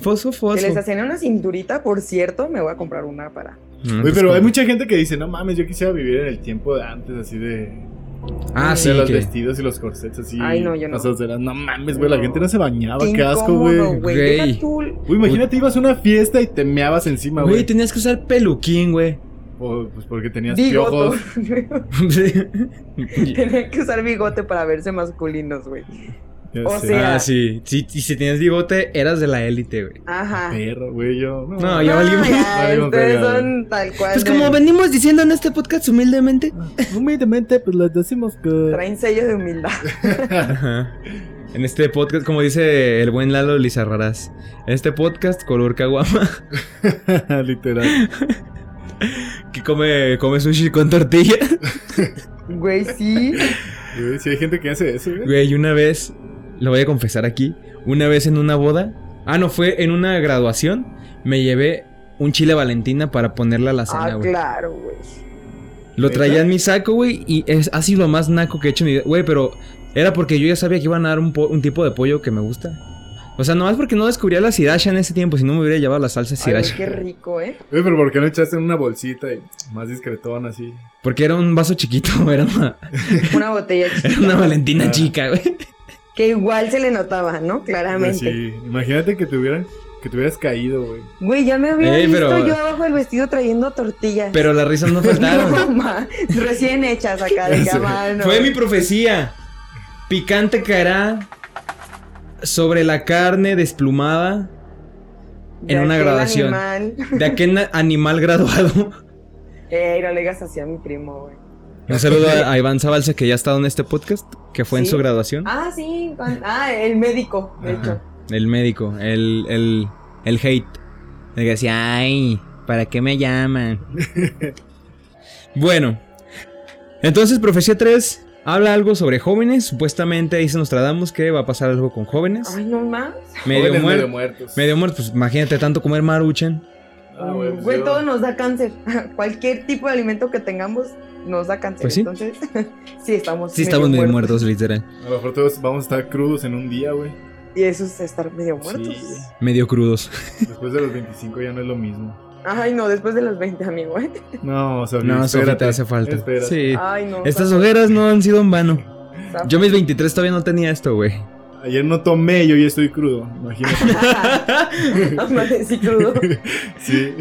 Speaker 2: Fosfo,
Speaker 4: Que
Speaker 2: fosfo.
Speaker 4: les hacen una cinturita, por cierto, me voy a comprar una para.
Speaker 2: Mm,
Speaker 3: Güey,
Speaker 2: pues,
Speaker 3: pero hay
Speaker 2: como-
Speaker 3: mucha gente que dice, no mames, yo quisiera vivir en el tiempo de antes, así de...
Speaker 2: Ah,
Speaker 3: de
Speaker 2: sí.
Speaker 3: los
Speaker 2: que-
Speaker 3: vestidos y los corsets así.
Speaker 4: Ay, no, yo no.
Speaker 3: pasados de lanza. no mames, güey, la gente no se bañaba,
Speaker 4: Qué
Speaker 3: Ah, qué asco, güey.
Speaker 4: incómodo,
Speaker 2: Güey.
Speaker 4: Deja tú-
Speaker 3: Güey, imagínate, ibas a una fiesta y te meabas encima,
Speaker 2: Güey,
Speaker 3: güey.
Speaker 2: tenías que usar peluquín, güey.
Speaker 3: O- Pues porque tenías
Speaker 4: Digo,
Speaker 3: piojos.
Speaker 4: Tenían que usar bigote para verse masculinos, güey.
Speaker 3: Ya
Speaker 4: o
Speaker 3: sé.
Speaker 4: sea-
Speaker 2: ah, sí. Sí, Y si tenías bigote, eras de la élite, güey.
Speaker 4: Ajá.
Speaker 3: "Ah, Perro, güey, yo... No,
Speaker 2: No,
Speaker 4: No,
Speaker 2: ya valimos.
Speaker 4: ya,
Speaker 3: Valimos
Speaker 4: ustedes
Speaker 3: verga,
Speaker 4: son tal cual.
Speaker 5: Pues
Speaker 4: de-
Speaker 5: como venimos diciendo en este podcast humildemente,
Speaker 3: Humildemente, pues les decimos que...
Speaker 4: Traen sello de humildad.
Speaker 2: Ajá. En este podcast, como dice el buen Lalo Lizarrarás, en este podcast color caguama
Speaker 3: Literal.
Speaker 2: que come, come sushi con tortilla.
Speaker 4: Güey, sí.
Speaker 3: Güey, si hay gente que hace eso, güey.
Speaker 2: Güey, una vez, lo voy a confesar aquí, una vez en una boda, ah, no, fue en una graduación, me llevé un chile valentina para ponerla a la cena,
Speaker 4: Ah,
Speaker 2: güey.
Speaker 4: claro, güey.
Speaker 2: Lo traía
Speaker 3: ¿Neta?
Speaker 2: en mi saco, güey, y es, ha sido lo más naco que he hecho en mi vida. Güey, pero era porque yo ya sabía que iban a dar un, po- un tipo de pollo que me gusta. O sea, nomás porque no descubría la sriracha en ese tiempo, si no me hubiera llevado la salsa
Speaker 4: Ay, güey,
Speaker 2: sriracha.
Speaker 4: qué rico, ¿eh?
Speaker 3: Güey, pero ¿por qué no echaste en una bolsita y más discretón así?
Speaker 2: Porque era un vaso chiquito, era una,
Speaker 4: Una botella
Speaker 2: era
Speaker 4: chiquita.
Speaker 2: una Valentina
Speaker 3: Ah.
Speaker 2: chica, güey.
Speaker 4: Que igual se le notaba, ¿no? Claramente.
Speaker 3: Así. Imagínate que te hubieran... Que te hubieras caído, güey.
Speaker 4: Güey, ya me había
Speaker 2: Ey,
Speaker 4: visto
Speaker 2: pero-
Speaker 4: yo abajo del vestido trayendo tortillas.
Speaker 2: Pero las risas no faltaron.
Speaker 4: No, ma, recién hechas acá de
Speaker 3: Ya sé.
Speaker 4: mano.
Speaker 2: Fue mi profecía. Picante caerá sobre la carne desplumada
Speaker 4: De
Speaker 2: en una
Speaker 4: aquel
Speaker 2: graduación.
Speaker 4: animal.
Speaker 2: de aquel na- animal graduado.
Speaker 4: Ey, no le digas así a mi primo, güey.
Speaker 2: Un saludo a a Iván Zabalza que ya ha estado en este podcast, que fue en
Speaker 4: Sí.
Speaker 2: su graduación.
Speaker 4: Ah, sí. con- Ah, el médico, de hecho.
Speaker 2: El médico, el, el, el hate.
Speaker 5: le decía, ay, ¿para qué me llaman?
Speaker 2: Bueno, entonces Profecía 3 habla algo sobre jóvenes. Supuestamente dice Nostradamus que va a pasar algo con jóvenes.
Speaker 4: Ay, no más.
Speaker 2: medio
Speaker 3: Jóvenes
Speaker 2: muerto.
Speaker 3: medio muertos.
Speaker 2: Medio muerto, pues imagínate tanto comer maruchan.
Speaker 3: Ah, güey, pues
Speaker 4: Güey,
Speaker 3: yo-
Speaker 4: todo nos da cáncer. Cualquier tipo de alimento que tengamos nos da cáncer.
Speaker 2: Pues sí.
Speaker 4: Entonces, sí, estamos.
Speaker 2: Sí, estamos medio muertos, literal.
Speaker 3: A lo mejor todos vamos a estar crudos en un día, güey.
Speaker 4: Y eso es estar medio muertos.
Speaker 3: Sí.
Speaker 2: Medio crudos.
Speaker 3: Después de los 25 ya no es lo mismo.
Speaker 4: Ay, no, después de los 20, amigo. ¿eh?
Speaker 3: No, o sea,
Speaker 2: No, Sofi, te hace falta.
Speaker 3: Pues, Espérate.
Speaker 2: Sí.
Speaker 4: Ay, no.
Speaker 2: Estas
Speaker 4: zafo,
Speaker 2: hogueras no han sido en vano.
Speaker 4: zafo.
Speaker 2: Yo mis 23 todavía no tenía esto, güey.
Speaker 3: Ayer no tomé, yo ya estoy crudo, imagínate.
Speaker 4: Amanecí crudo.
Speaker 3: sí.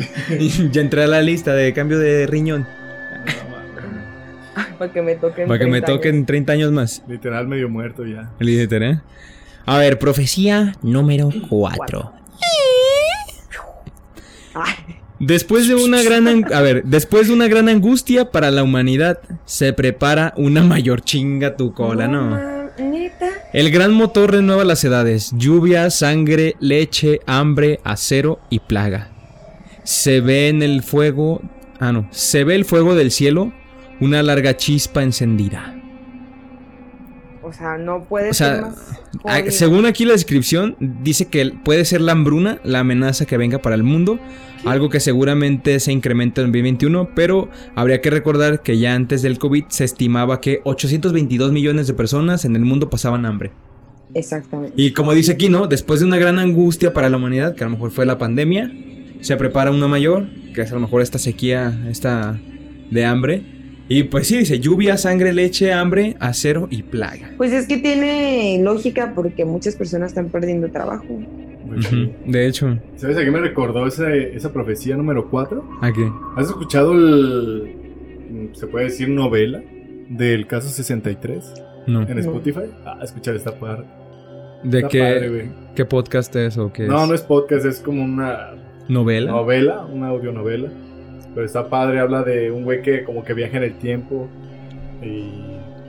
Speaker 2: ya entré a la lista de cambio de riñón.
Speaker 3: No, mames.
Speaker 4: Para que me toquen.
Speaker 2: Para que me
Speaker 4: 30 años.
Speaker 2: toquen 30 años más.
Speaker 3: Literal medio muerto ya.
Speaker 2: El ítem, ¿eh?
Speaker 5: A ver, profecía número 4.
Speaker 4: Ay,
Speaker 2: Después de una gran ang- a ver, después de una gran angustia para la humanidad, se prepara una mayor chinga tu cola, ¿no?
Speaker 4: ma- Neta.
Speaker 2: El gran motor renueva las edades, lluvia, sangre, leche, hambre, acero y plaga. Se ve en el fuego, ah no, se ve el fuego del cielo, una larga chispa encendida.
Speaker 4: O sea, no puede
Speaker 2: O
Speaker 4: ser
Speaker 2: sea,
Speaker 4: más
Speaker 2: Ah,
Speaker 4: jodido.
Speaker 2: Según aquí la descripción, dice que puede ser la hambruna, la amenaza que venga para el mundo, algo que seguramente se incrementa en 2021, pero habría que recordar que ya antes del COVID se estimaba que 822 millones de personas en el mundo pasaban hambre.
Speaker 4: Exactamente.
Speaker 2: Y como dice aquí, ¿no? Después de una gran angustia para la humanidad, que a lo mejor fue la pandemia, se prepara una mayor, que es a lo mejor esta sequía, esta de hambre. Y pues sí, dice lluvia, sangre, leche, hambre, acero y plaga.
Speaker 4: Pues es que tiene lógica porque muchas personas están perdiendo trabajo.
Speaker 3: Pues,
Speaker 2: Ujú, De hecho,
Speaker 3: ¿Sabes a qué me recordó ese- esa profecía número 4?
Speaker 2: aquí.
Speaker 3: ¿Has escuchado el. mm, se puede decir novela? Del caso 63
Speaker 2: No.
Speaker 3: en
Speaker 4: No.
Speaker 3: Spotify. Ah, escuchar esta parte.
Speaker 2: ¿De
Speaker 3: Está
Speaker 2: qué,
Speaker 3: padre, güey.
Speaker 2: qué podcast es o qué
Speaker 3: No,
Speaker 2: es?
Speaker 3: no es podcast, es como una
Speaker 2: ¿Novela?
Speaker 3: novela, una audionovela. Pero está padre, habla de un güey que como que viaja en el tiempo y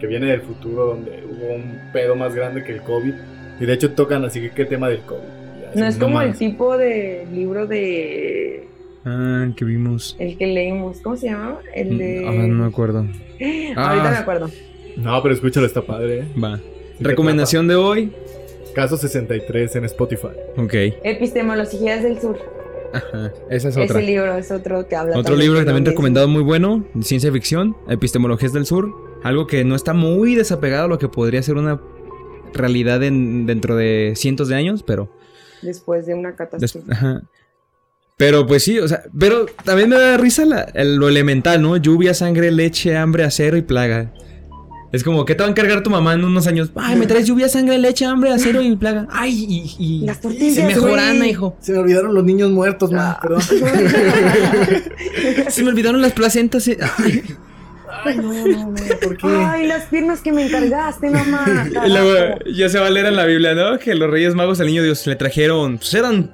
Speaker 3: que viene del futuro donde hubo un pedo más grande que el COVID. Y de hecho tocan así que qué tema del COVID. Y así,
Speaker 4: No es como el
Speaker 3: mames.
Speaker 4: tipo de libro de
Speaker 2: Ah, que vimos.
Speaker 4: el que leímos. ¿Cómo se llamaba? El de.
Speaker 2: Ah, no me acuerdo.
Speaker 4: Ahorita
Speaker 2: Ah.
Speaker 4: me acuerdo.
Speaker 3: No, pero escúchalo, está padre. ¿eh?
Speaker 2: Va.
Speaker 3: Sí te
Speaker 2: Recomendación de hoy.
Speaker 3: atrapa. Caso 63 en Spotify.
Speaker 2: Ok.
Speaker 4: Epistemologías del Sur.
Speaker 2: Ajá. Esa es otra.
Speaker 4: Ese libro es otro que habla.
Speaker 2: Otro libro que
Speaker 4: de lo
Speaker 2: también
Speaker 4: mismo.
Speaker 2: recomendado muy bueno, ciencia ficción, epistemologías del sur, algo que no está muy desapegado a lo que podría ser una realidad en- dentro de cientos de años, pero
Speaker 4: Después de una
Speaker 2: Des-
Speaker 4: catástrofe.
Speaker 2: ajá. Pero pues sí, o sea, pero también me da risa la- el- lo elemental, ¿no? Lluvia, sangre, leche, hambre, acero y plaga. Es como, ¿qué te va a encargar tu mamá en unos años? Ay, me traes lluvia, sangre, leche, hambre, acero y plaga. Ay, y, y
Speaker 4: Las tortillas.
Speaker 2: se me
Speaker 4: güey.
Speaker 2: jorana, hijo.
Speaker 3: Se me olvidaron los niños muertos, ma, perdón.
Speaker 2: Se me olvidaron las placentas. eh. Ay.
Speaker 3: Ay, no, no, no, ¿por qué?
Speaker 4: Ay, las piernas que me encargaste, mamá.
Speaker 2: Y luego
Speaker 4: carajo.
Speaker 2: ya se va a leer en la Biblia, ¿no? Que los reyes magos al niño Dios le trajeron, pues eran,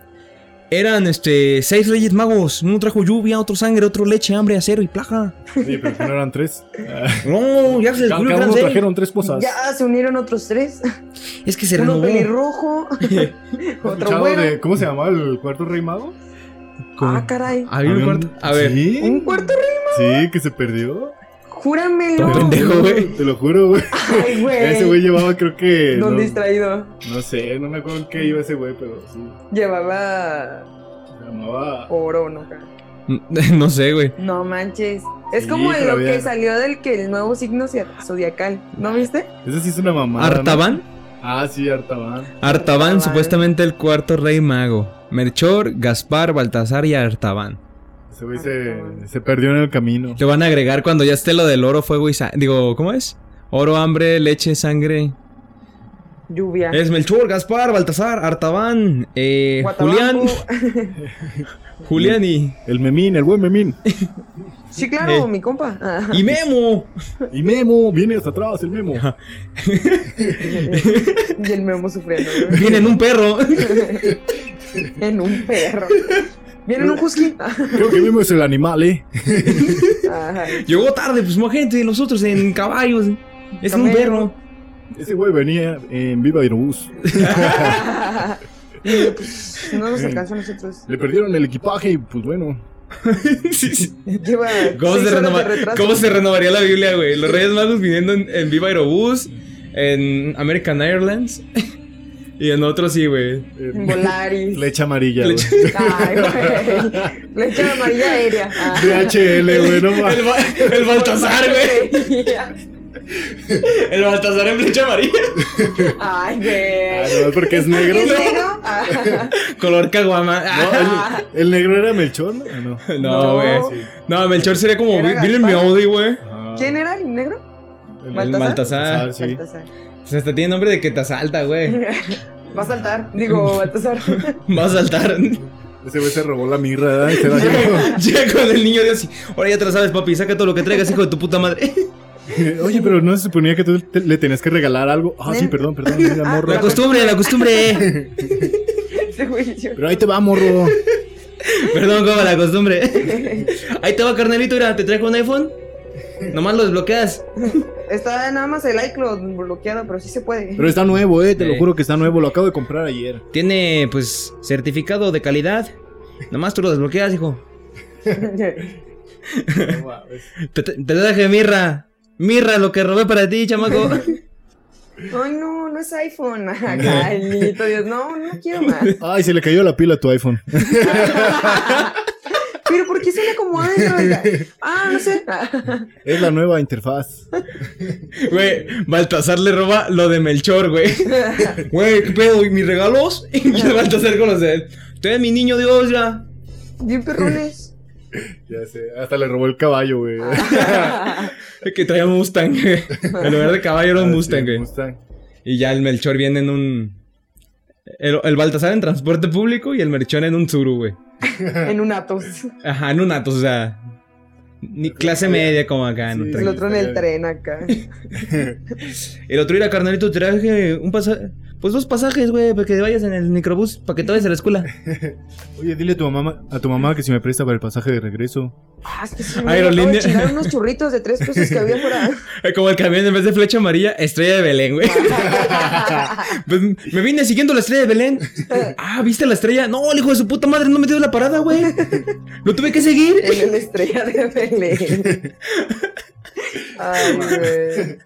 Speaker 2: eran, este, seis reyes magos. Uno trajo lluvia, otro sangre, otro leche, hambre, acero y plaga.
Speaker 3: Oye, pero que no eran tres. Ah,
Speaker 2: No, ya se descubrió que
Speaker 3: Cada, cada
Speaker 2: eran
Speaker 3: uno
Speaker 2: seis.
Speaker 3: trajeron tres cosas.
Speaker 4: Ya se unieron otros tres.
Speaker 2: Es que se
Speaker 4: Uno
Speaker 2: renovó.
Speaker 4: pelirrojo.
Speaker 3: ¿Has
Speaker 4: otro
Speaker 3: escuchado
Speaker 4: güero.
Speaker 3: de- ¿Cómo se llamaba el cuarto rey mago?
Speaker 4: Ah, caray.
Speaker 2: Había un cuarto. A ver.
Speaker 4: ¿Un
Speaker 3: ¿Sí?
Speaker 4: cuarto rey?
Speaker 3: sí, que se perdió.
Speaker 4: Júramelo.
Speaker 2: Todo pendejo, güey.
Speaker 3: Te lo juro, güey.
Speaker 4: Ay, güey.
Speaker 3: Ese güey llevaba, creo que.
Speaker 4: Don
Speaker 3: No,
Speaker 4: distraído.
Speaker 3: no sé, no me acuerdo en qué iba ese güey, pero sí.
Speaker 4: Llevaba
Speaker 3: Se llamaba.
Speaker 4: oro, ¿no? cara?
Speaker 2: No sé, güey.
Speaker 4: No manches. Es
Speaker 3: Sí,
Speaker 4: como
Speaker 3: pero
Speaker 4: lo
Speaker 3: había- Ah.
Speaker 4: que salió del que el nuevo signo zia- zodiacal. ¿No viste?
Speaker 3: Ese sí es una mamada. ¿no?
Speaker 2: ¿Artaban?
Speaker 3: Ah, sí, Artaban.
Speaker 2: Artaban,
Speaker 4: Artaban.
Speaker 2: supuestamente el cuarto rey mago. Melchor, Gaspar, Baltasar y Artaban.
Speaker 3: Ese güey se,
Speaker 4: Artaban.
Speaker 3: se perdió en el camino.
Speaker 2: Te van a agregar cuando ya esté lo del oro, fuego y sangre. Digo, ¿cómo es? Oro, hambre, leche, sangre.
Speaker 4: Lluvia.
Speaker 2: Es Melchor, Gaspar, Baltasar, Artaban, eh, Julián,
Speaker 4: Guatabanco.
Speaker 2: Julián y,
Speaker 3: El memín, el buen memín.
Speaker 4: Sí, claro,
Speaker 2: Eh.
Speaker 4: mi compa. Ah.
Speaker 2: y Memo.
Speaker 3: Y Memo, viene hasta atrás el Memo.
Speaker 4: y el memo sufriendo. güey.
Speaker 2: Vienen un perro.
Speaker 4: en un perro. Viene en un husky.
Speaker 3: Creo que Memo es el animal, eh.
Speaker 4: Ay,
Speaker 2: Llegó tarde, pues gente de nosotros en caballos. Es un
Speaker 4: Camelo.
Speaker 2: perro.
Speaker 3: Ese güey venía en Viva Aerobús.
Speaker 4: Y, pues, no nos alcanza a nosotros.
Speaker 3: Le perdieron el equipaje y pues bueno.
Speaker 2: Sí, sí.
Speaker 4: Lleva
Speaker 2: ¿Cómo
Speaker 4: seis
Speaker 2: se,
Speaker 4: horas de
Speaker 2: renova-
Speaker 4: retraso.
Speaker 2: cómo se renovaría la Biblia, güey? Los Reyes Magos viniendo en, en Viva Aerobús, en American Airlines y en otros sí, güey.
Speaker 4: En
Speaker 3: eh,
Speaker 4: Volaris.
Speaker 3: Flecha amarilla, güey.
Speaker 2: Flecha-
Speaker 4: Ay, güey. Flecha amarilla aérea. Ah.
Speaker 3: DHL, güey, no mames.
Speaker 2: El, Ba- el Baltasar, güey. El Baltasar en flecha amarilla.
Speaker 4: Ay,
Speaker 3: Ah,
Speaker 4: güey.
Speaker 3: no, porque es negro.
Speaker 4: ¿Es
Speaker 3: No,
Speaker 4: negro? Ah.
Speaker 2: Color caguama. Ah,
Speaker 3: el, el negro era Melchor, ¿no? no.
Speaker 2: No, güey.
Speaker 4: No.
Speaker 3: Sí.
Speaker 2: No, Melchor sería como
Speaker 4: Era
Speaker 2: Billy
Speaker 4: Gaspar.
Speaker 2: Audi, güey.
Speaker 3: Ajá.
Speaker 4: ¿Quién era el negro?
Speaker 3: El-
Speaker 2: El
Speaker 4: ¿Baltasar?
Speaker 2: Baltasar.
Speaker 3: sí.
Speaker 4: Baltasar.
Speaker 2: Se Pues hasta tiene nombre de que te asalta, güey.
Speaker 4: Va a saltar. Digo, Baltasar.
Speaker 2: Va a saltar.
Speaker 3: Ese güey se robó la mirra, ¿verdad? Y se la llevó.
Speaker 2: Llega con el niño Dios y ahora ya te lo sabes, papi. Saca todo lo que traigas, hijo de tu puta madre.
Speaker 3: Oye, pero no se suponía que tú te- le tenías que regalar algo. Ah, sí, perdón, perdón, mira, morro.
Speaker 2: La costumbre, la costumbre.
Speaker 4: Ese Este güey, yo-
Speaker 3: Pero ahí te va, morro.
Speaker 2: Perdón, como la costumbre. Ahí te va, carnalito, mira, te traigo un iPhone. Nomás lo desbloqueas.
Speaker 4: Está nada más el iCloud bloqueado, pero sí se puede.
Speaker 3: Pero está nuevo, eh, te lo
Speaker 2: Sí.
Speaker 3: juro que está nuevo, lo acabo de comprar ayer.
Speaker 2: Tiene, pues, certificado de calidad. Nomás tú lo desbloqueas, hijo. Te, te te traje mirra. Mirra, lo que robé para ti, chamaco.
Speaker 4: Ay, no, no es iPhone. Carlito, Dios, no, no quiero más.
Speaker 3: Ay, se le cayó la pila a tu iPhone.
Speaker 4: Pero ¿por qué suena como Android? Ah, no sé.
Speaker 3: Es la nueva interfaz.
Speaker 2: Güey, Baltasar le roba lo de Melchor, güey. Güey, ¿qué pedo? ¿Y mis regalos? Y Baltasar con los de él. Tú eres mi niño Dios, ya.
Speaker 4: Bien perrones.
Speaker 3: Ya sé, hasta le robó el caballo, güey.
Speaker 2: Que traía un Mustang, güey. En lugar de caballo era un Mustang, güey.
Speaker 3: Ah, Mustang.
Speaker 2: Y ya el Melchor viene en un. El, el Baltasar en transporte público y el Melchor en un Zuru, güey.
Speaker 4: En un Atos.
Speaker 2: Ajá, en un Atos, o sea. Ni clase media como acá, no
Speaker 3: Sí.
Speaker 4: El
Speaker 2: Tranqui.
Speaker 4: otro en el tren acá.
Speaker 2: El otro ir a carnalito, te traje un pasaje. Pues dos pasajes, güey, para que vayas en el microbús, para que te vayas a la escuela.
Speaker 3: Oye, dile a tu mamá, a tu mamá que si me presta para el pasaje de regreso.
Speaker 4: Ah, es que sí,
Speaker 2: Aerolínea.
Speaker 4: me chingaron unos churritos de tres pesos que había fuera.
Speaker 2: Como el camión en vez de flecha amarilla, estrella de Belén, güey. Pues, me vine siguiendo la estrella de Belén. Ah, ¿viste la estrella? No, el hijo de su puta madre no me dio la parada, güey. Lo tuve que seguir.
Speaker 4: En la estrella de Belén. Ay, güey.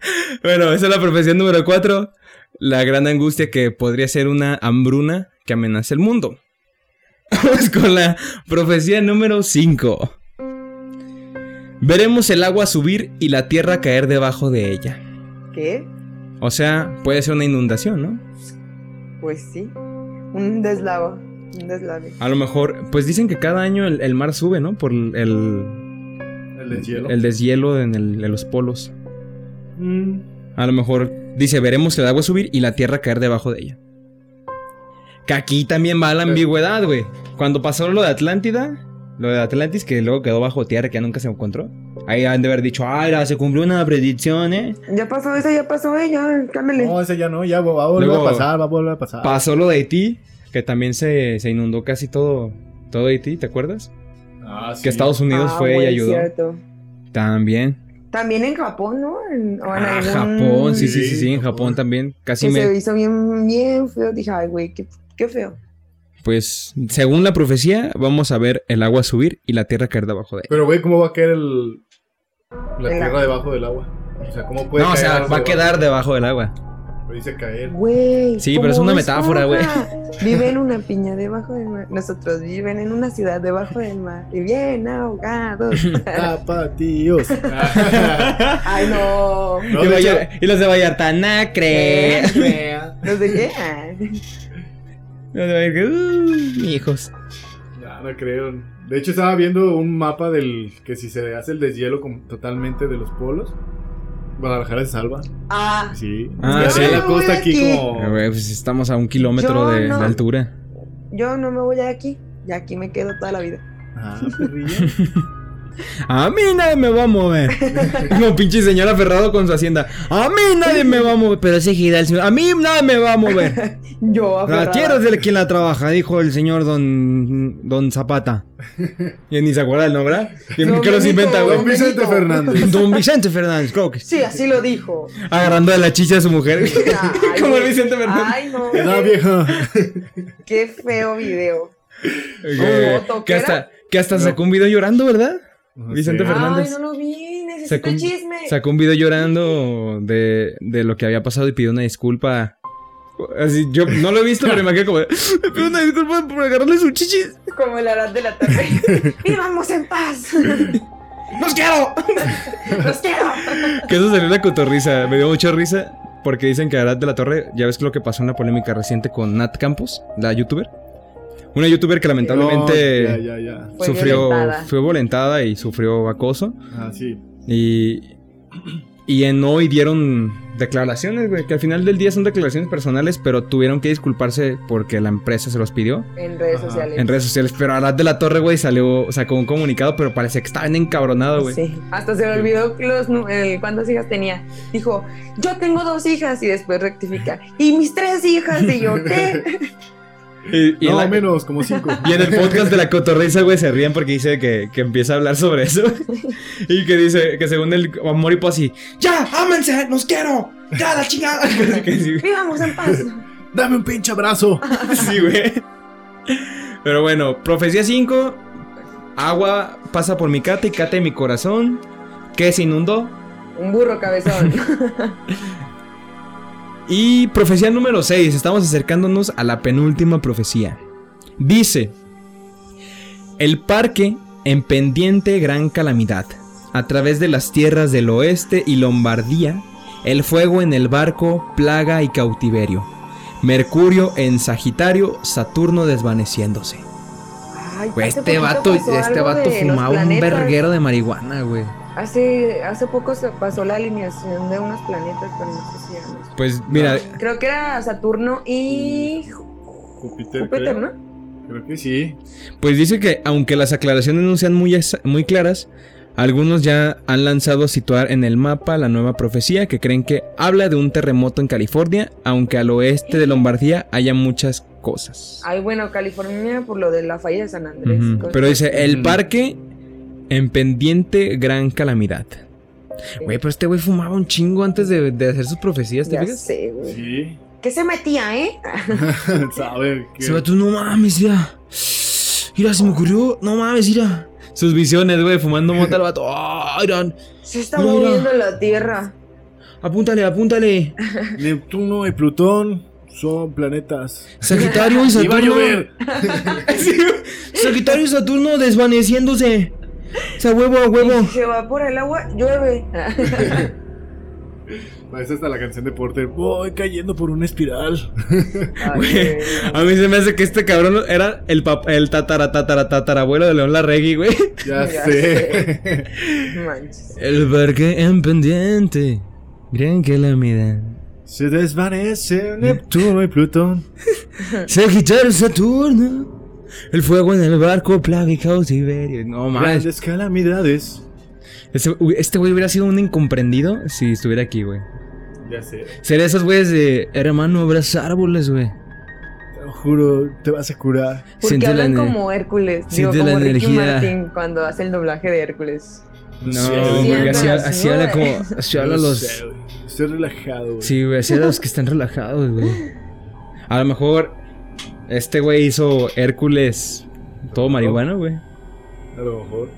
Speaker 2: Bueno, esa es la profesión número 4. La gran angustia que podría ser una hambruna que amenaza el mundo. Vamos con la profecía número 5. Veremos el agua subir y la tierra caer debajo de ella.
Speaker 4: ¿Qué?
Speaker 2: O sea, puede ser una inundación, ¿no?
Speaker 4: Pues sí. Un deslavo. Un deslave.
Speaker 2: A lo mejor, pues dicen que cada año el, el mar sube, ¿no? Por el,
Speaker 3: El deshielo.
Speaker 2: el deshielo en, el- en los polos.
Speaker 3: Mm,
Speaker 2: A lo mejor dice, veremos el agua subir y la tierra caer debajo de ella. Que aquí también va la ambigüedad, güey. Cuando pasó lo de Atlántida, lo de Atlantis, que luego quedó bajo tierra, que ya nunca se encontró. Ahí han de haber dicho, ah, era, se cumplió una predicción, ¿eh?
Speaker 4: Ya pasó esa, ya pasó, eh, ya, cámbiale.
Speaker 3: No, ese ya no, ya va a volver
Speaker 2: Luego-
Speaker 3: a pasar, va a volver a pasar.
Speaker 2: Pasó lo de Haití, que también se, se inundó casi todo, todo Haití, ¿te acuerdas?
Speaker 3: Ah, sí.
Speaker 2: Que Estados Unidos
Speaker 4: Ah,
Speaker 2: fue
Speaker 4: güey,
Speaker 2: y ayudó.
Speaker 4: cierto.
Speaker 2: También.
Speaker 4: También en Japón, ¿no? En, o en
Speaker 2: Ah,
Speaker 4: algún-
Speaker 2: Japón, sí, sí, sí, sí,
Speaker 3: Sí,
Speaker 2: en Japón
Speaker 3: Japón.
Speaker 2: también. Casi
Speaker 4: que
Speaker 2: me...
Speaker 4: se hizo bien, bien feo. Dije, ay, güey, qué, qué feo.
Speaker 2: Pues, según la profecía, vamos a ver el agua subir y la tierra caer debajo de ella.
Speaker 3: Pero, güey, ¿cómo va a caer el... la
Speaker 4: El
Speaker 3: tierra
Speaker 4: agua.
Speaker 3: debajo del agua? O sea, ¿cómo puede
Speaker 2: No, o
Speaker 3: caer
Speaker 2: sea,
Speaker 3: algo
Speaker 2: va a
Speaker 3: debajo?
Speaker 2: quedar debajo del agua.
Speaker 3: Pero dice caer.
Speaker 4: Güey.
Speaker 2: Sí,
Speaker 4: como
Speaker 2: pero es una
Speaker 4: Bob
Speaker 2: metáfora, güey.
Speaker 4: Esponja. Vive en una piña debajo del mar. Nosotros viven en una ciudad debajo del mar. Y bien ahogados.
Speaker 3: Tapatíos.
Speaker 4: ay, no.
Speaker 3: No,
Speaker 2: y,
Speaker 3: de
Speaker 2: Vallar-
Speaker 3: hecho- Eh.
Speaker 2: y los de Vallarta, nacre.
Speaker 4: ¿Los de qué? Ah.
Speaker 2: los de Vallarta, uh, hijos.
Speaker 3: No, no creo. De hecho, estaba viendo un mapa del que si se hace el deshielo com- totalmente de los polos, Guadalajara se salva.
Speaker 4: Ah,
Speaker 3: Sí.
Speaker 2: Ah,
Speaker 3: Ya
Speaker 2: sí.
Speaker 3: sea
Speaker 4: Yo
Speaker 3: la
Speaker 4: no voy
Speaker 3: costa
Speaker 4: de
Speaker 3: aquí
Speaker 4: aquí.
Speaker 2: Ah,
Speaker 3: como.
Speaker 2: güey, pues estamos a un kilómetro
Speaker 4: Yo
Speaker 2: de,
Speaker 4: no.
Speaker 2: de altura.
Speaker 4: yo no me voy de aquí. Y aquí me quedo toda la vida.
Speaker 3: Ah, perrillo.
Speaker 2: A mí nadie me va a mover. Como pinche señor aferrado con su hacienda. A mí nadie me va a mover. Pero ese gira el señor. A mí nadie me va a mover.
Speaker 4: Yo
Speaker 2: La
Speaker 4: aferrada.
Speaker 2: tierra es de quien la trabaja, dijo el señor don, don Zapata. Y ni se acuerda el nombre, ¿verdad? ¿Y
Speaker 4: Don
Speaker 2: qué los
Speaker 4: Benito,
Speaker 2: inventa, güey?
Speaker 3: Don Vicente
Speaker 4: Benito.
Speaker 3: Fernández.
Speaker 2: Don Vicente Fernández, creo que sí.
Speaker 4: Sí, así lo dijo.
Speaker 2: Agarrando de la chicha a su mujer.
Speaker 4: Ay,
Speaker 2: Como el
Speaker 4: güey.
Speaker 2: Vicente Fernández.
Speaker 4: Ay, no.
Speaker 3: Edad vieja.
Speaker 4: Qué feo video.
Speaker 2: Que,
Speaker 4: ¿Cómo,
Speaker 2: que hasta,
Speaker 4: toquera?
Speaker 2: que hasta
Speaker 3: No.
Speaker 2: sacó un video llorando, ¿verdad?
Speaker 3: No
Speaker 2: Vicente
Speaker 3: sé.
Speaker 2: Fernández.
Speaker 4: Ay, no lo vi. Necesito
Speaker 2: Sacó un-
Speaker 4: chisme.
Speaker 2: Sacó un video llorando de, de lo que había pasado y pidió una disculpa. Así, yo no lo he visto, pero me imagino como... "Me pido una disculpa por agarrarle su chichis.
Speaker 4: Como el Arad de la tarde. ¡Vivamos en paz!
Speaker 2: ¡Los quiero!
Speaker 4: ¡Los quiero!
Speaker 2: Que eso salió la cotorrisa. Me dio mucha risa. Porque dicen que Arad de la Torre, ya ves lo que pasó en la polémica reciente con Nat Campos, la youtuber. Una youtuber que lamentablemente...
Speaker 3: No, Oh, ya, ya, ya.
Speaker 4: Fue
Speaker 2: sufrió,
Speaker 4: violentada.
Speaker 2: fue violentada y sufrió acoso.
Speaker 3: Ah, sí.
Speaker 2: Y Y en hoy dieron declaraciones, güey, que al final del día son declaraciones personales, pero tuvieron que disculparse porque la empresa se los pidió
Speaker 4: En redes
Speaker 3: Ajá.
Speaker 4: sociales.
Speaker 2: en redes sociales. Pero Arad de la Torre, güey, salió, sacó un comunicado, pero parecía que estaban encabronados, güey.
Speaker 4: Sí. Hasta se me olvidó los, nu- el- cuántas hijas tenía. Dijo, yo tengo dos hijas y después rectifica. Y mis tres hijas y yo, ¿qué?
Speaker 2: Y, y en
Speaker 3: no,
Speaker 2: la-
Speaker 3: menos, como cinco.
Speaker 2: y en el podcast de la cotorriza, güey, se ríen porque dice que, que empieza a hablar sobre eso. Y que dice que según el Moripo así, ¡Ya! ¡Ámense! ¡Los quiero! ¡Ya, la chingada! Así que sí, güey.
Speaker 4: Vivamos en paz.
Speaker 3: Dame un pinche abrazo.
Speaker 2: Sí, güey. Pero bueno, profecía 5. Agua pasa por mi cata y cata en mi corazón. Que se inundó.
Speaker 4: Un burro cabezón.
Speaker 2: Y profecía número 6. Estamos acercándonos a la penúltima profecía. Dice: El parque en pendiente gran calamidad. A través de las tierras del oeste y Lombardía. El fuego en el barco, plaga y cautiverio. Mercurio en Sagitario, Saturno desvaneciéndose.
Speaker 4: Ay,
Speaker 2: Güey,
Speaker 4: hace
Speaker 2: este
Speaker 4: poquito
Speaker 2: vato,
Speaker 4: pasó
Speaker 2: este
Speaker 4: algo
Speaker 2: vato
Speaker 4: de los
Speaker 2: fumaba un
Speaker 4: planetas.
Speaker 2: verguero de marihuana, güey.
Speaker 4: Hace, hace poco se pasó la alineación de unos planetas, pero no sé si eran los-
Speaker 2: Pues mira, Mm.
Speaker 4: Creo que era Saturno y Ju-
Speaker 3: Júpiter,
Speaker 4: Júpiter,
Speaker 3: creo.
Speaker 4: ¿no?
Speaker 3: Creo que sí.
Speaker 2: pues dice que aunque las aclaraciones no sean muy, exa- muy claras, algunos ya han lanzado a situar en el mapa la nueva profecía que creen que habla de un terremoto en California, aunque al oeste de Lombardía haya muchas cosas.
Speaker 4: Ay, bueno, California por lo de la falla de San Andrés.
Speaker 2: Ujú,
Speaker 4: Ah, cosas
Speaker 2: Pero dice, el
Speaker 3: Ujú.
Speaker 2: parque en pendiente gran calamidad.
Speaker 4: así.
Speaker 2: Güey, pero este güey fumaba un chingo antes de, de hacer sus profecías, ¿te
Speaker 4: Ya
Speaker 2: fijas?
Speaker 4: sé, güey.
Speaker 3: Sí.
Speaker 4: ¿Qué se metía, eh?
Speaker 3: Sabe que.
Speaker 2: Se va tú, no mames, mira. Mira, se me ocurrió. No mames, mira. Sus visiones, güey, fumando mota al vato. ¡Ah, Irán!
Speaker 4: Se está
Speaker 2: Mira.
Speaker 4: moviendo la Tierra.
Speaker 2: Apúntale, apúntale.
Speaker 3: Neptuno y Plutón son planetas.
Speaker 2: Sagitario y
Speaker 3: Y va a
Speaker 2: Saturno.
Speaker 3: llover.
Speaker 2: Sí, Sagitario y Saturno desvaneciéndose. O sea, huevo a
Speaker 4: Y
Speaker 2: huevo.
Speaker 4: si se va por el agua, llueve.
Speaker 3: Parece hasta la canción de Porter. Voy cayendo por una espiral.
Speaker 4: Ay,
Speaker 2: Güey,
Speaker 4: güey.
Speaker 2: a mí se me hace que este cabrón era el, pap- el tatara, tatara, tatarabuelo de León Larregui, güey.
Speaker 3: Ya,
Speaker 4: Ya
Speaker 3: sé.
Speaker 4: Manches.
Speaker 2: El parque en pendiente. Gran calamidad.
Speaker 3: Se desvanece Neptuno y Plutón.
Speaker 2: Sagitario y Saturno. El fuego en el barco, plaga y cautiverio. No mames.
Speaker 3: Grandes calamidades.
Speaker 2: Ese- uy, Este güey hubiera sido un incomprendido si estuviera aquí, güey.
Speaker 3: Ya sé.
Speaker 2: Sería esos güeyes de hermano, abrazar árboles, güey.
Speaker 3: Te lo juro, te vas a curar.
Speaker 4: Porque
Speaker 2: Siente
Speaker 4: hablan
Speaker 2: la ener-
Speaker 4: como Hércules. Digo,
Speaker 2: siente la
Speaker 4: como Ricky
Speaker 2: energía.
Speaker 4: Martin cuando hace el doblaje de Hércules.
Speaker 2: No,
Speaker 3: sé,
Speaker 2: güey,
Speaker 4: güey.
Speaker 2: así,
Speaker 4: Siéntalas,
Speaker 2: así habla como.
Speaker 4: güey.
Speaker 2: Así habla
Speaker 3: No
Speaker 2: los.
Speaker 3: sé, güey. Estoy relajado, güey.
Speaker 2: Sí, güey, así a los que están relajados, güey. A lo mejor este güey hizo Hércules
Speaker 3: Oh.
Speaker 2: todo marihuano, güey.
Speaker 3: A lo mejor.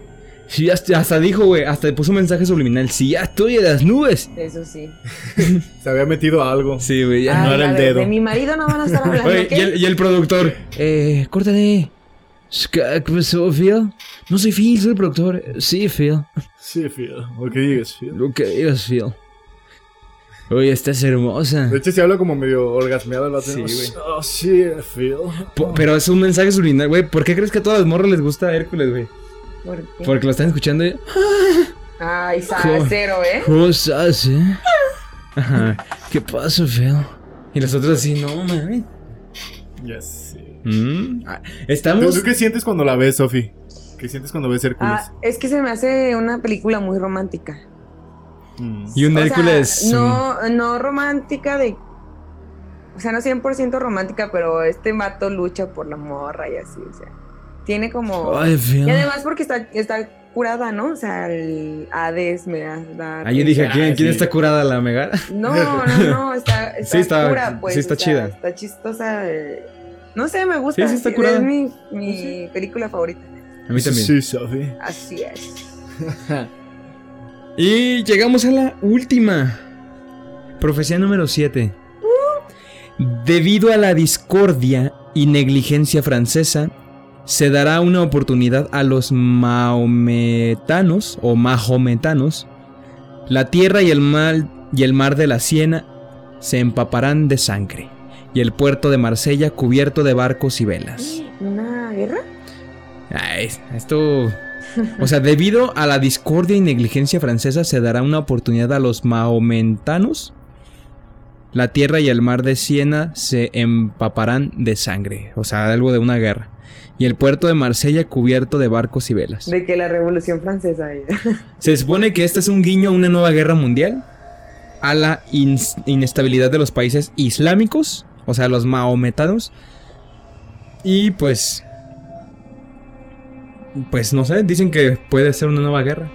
Speaker 2: Sí, hasta, hasta dijo, güey, hasta le puso un mensaje subliminal. Si ya estoy en las nubes.
Speaker 4: Eso sí.
Speaker 3: Se había metido a algo.
Speaker 2: Sí, güey,
Speaker 4: Ah,
Speaker 2: ya no.
Speaker 3: era
Speaker 4: la
Speaker 3: el
Speaker 4: de-
Speaker 3: dedo.
Speaker 4: De mi marido no van a estar hablando,
Speaker 2: Oye,
Speaker 4: ¿ok?
Speaker 2: y, el, y el productor. Eh, córtale. ¿Qué pasó, Phil? No soy Phil, soy el productor. Sí, Phil.
Speaker 3: Sí, Phil. Lo que digas, Phil.
Speaker 2: Lo que digas, Phil. Oye, estás hermosa.
Speaker 3: De hecho, se habla como medio orgasmeado el vato.
Speaker 2: Sí, güey.
Speaker 3: Oh, sí, Phil.
Speaker 2: Po- pero es un mensaje subliminal, güey. ¿Por qué crees que a todas las morras les gusta Hércules, güey?
Speaker 4: ¿Por qué?
Speaker 2: Porque lo están escuchando y...
Speaker 4: Ay, sa-
Speaker 2: Jo-
Speaker 4: cero, ¿eh?
Speaker 2: Cosas, eh. Ajá. ¿Qué pasa, Phil? Y los otros así, no, mami.
Speaker 3: Ya sé.
Speaker 2: Mm, ah,
Speaker 3: ¿Tú,
Speaker 2: Estamos...
Speaker 3: tú qué sientes cuando la ves, Sofi? ¿Qué sientes cuando ves Hércules?
Speaker 4: Ah, es que se me hace una película muy romántica.
Speaker 3: Mm.
Speaker 2: Y un
Speaker 4: O sea,
Speaker 2: Hércules... mm,
Speaker 4: no, no romántica de. O sea, no 100% romántica, pero este vato lucha por la morra y así, o sea. Tiene como.
Speaker 2: Ay, Phil.
Speaker 4: Y además porque está, está curada, ¿no? O sea, el Hades me da- da.
Speaker 2: Ah, yo dije,
Speaker 3: Ah,
Speaker 2: ¿quién, quién
Speaker 3: sí.
Speaker 2: está curada la Megara?
Speaker 4: No, no, no, está, está,
Speaker 2: Sí está-
Speaker 4: cura, pues.
Speaker 2: sí está
Speaker 4: o sea,
Speaker 2: chida.
Speaker 4: Está chistosa. eh, No sé, me gusta.
Speaker 2: Sí, sí está curada.
Speaker 4: Es mi, mi película favorita.
Speaker 2: A mí también.
Speaker 3: Sí, Sofi.
Speaker 4: Así es.
Speaker 2: Y llegamos a la última. Profecía número 7. Debido a la discordia y negligencia francesa, se dará una oportunidad a los maometanos o mahometanos. La tierra y el mar, y el mar de la Siena se empaparán de sangre. Y el puerto de Marsella cubierto de barcos y velas.
Speaker 4: ¿Una guerra?
Speaker 2: Ay, esto O sea, debido a la discordia y negligencia francesa se dará una oportunidad a los maomentanos. La tierra y el mar de Siena se empaparán de sangre, o sea, algo de una guerra. Y el puerto de Marsella cubierto de barcos y velas.
Speaker 4: De que la Revolución Francesa. eh.
Speaker 2: Se supone que este es un guiño a una nueva guerra mundial, a la ins- inestabilidad de los países islámicos, o sea, los maometanos. Y pues. Pues no sé, dicen que puede ser una nueva guerra.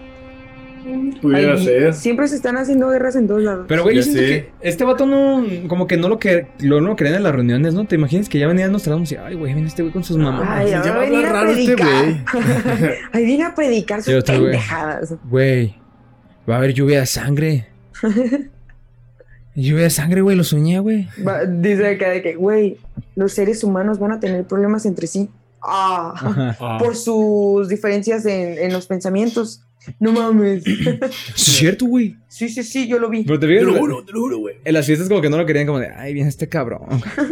Speaker 3: Pudiera
Speaker 4: Ay,
Speaker 3: ser.
Speaker 4: Siempre se están haciendo guerras en todos lados.
Speaker 2: Pero güey, yo
Speaker 3: Ya
Speaker 2: siento
Speaker 3: sé.
Speaker 2: que este vato no. Como que no lo, que, lo, no lo creían en las reuniones, ¿no? ¿Te imaginas que ya venían Nostradamus y. Ay, güey, viene este güey con sus mamás.
Speaker 4: Ay,
Speaker 3: Se
Speaker 4: ahora
Speaker 3: llama
Speaker 4: venir
Speaker 3: hablar
Speaker 4: a
Speaker 3: raro este
Speaker 4: predicar.
Speaker 3: güey.
Speaker 4: Ahí viene a predicar
Speaker 2: Yo
Speaker 4: sus
Speaker 2: estoy, güey.
Speaker 4: pendejadas.
Speaker 2: Güey, va a haber lluvia de sangre. lluvia de sangre, güey, lo soñé, güey.
Speaker 4: Va- dice acá de que, güey, los seres humanos van a tener problemas entre sí. Ah,
Speaker 2: Ajá.
Speaker 3: Ah,
Speaker 4: por sus diferencias en, en los pensamientos. No mames.
Speaker 2: Sí, Es cierto, güey.
Speaker 4: sí, sí, sí, yo lo vi.
Speaker 2: Pero te
Speaker 3: te
Speaker 2: fijas,
Speaker 3: lo
Speaker 2: güey,
Speaker 3: juro, te lo juro, güey.
Speaker 2: en las fiestas como que no lo querían, como de, ay, viene este cabrón.
Speaker 4: Ahí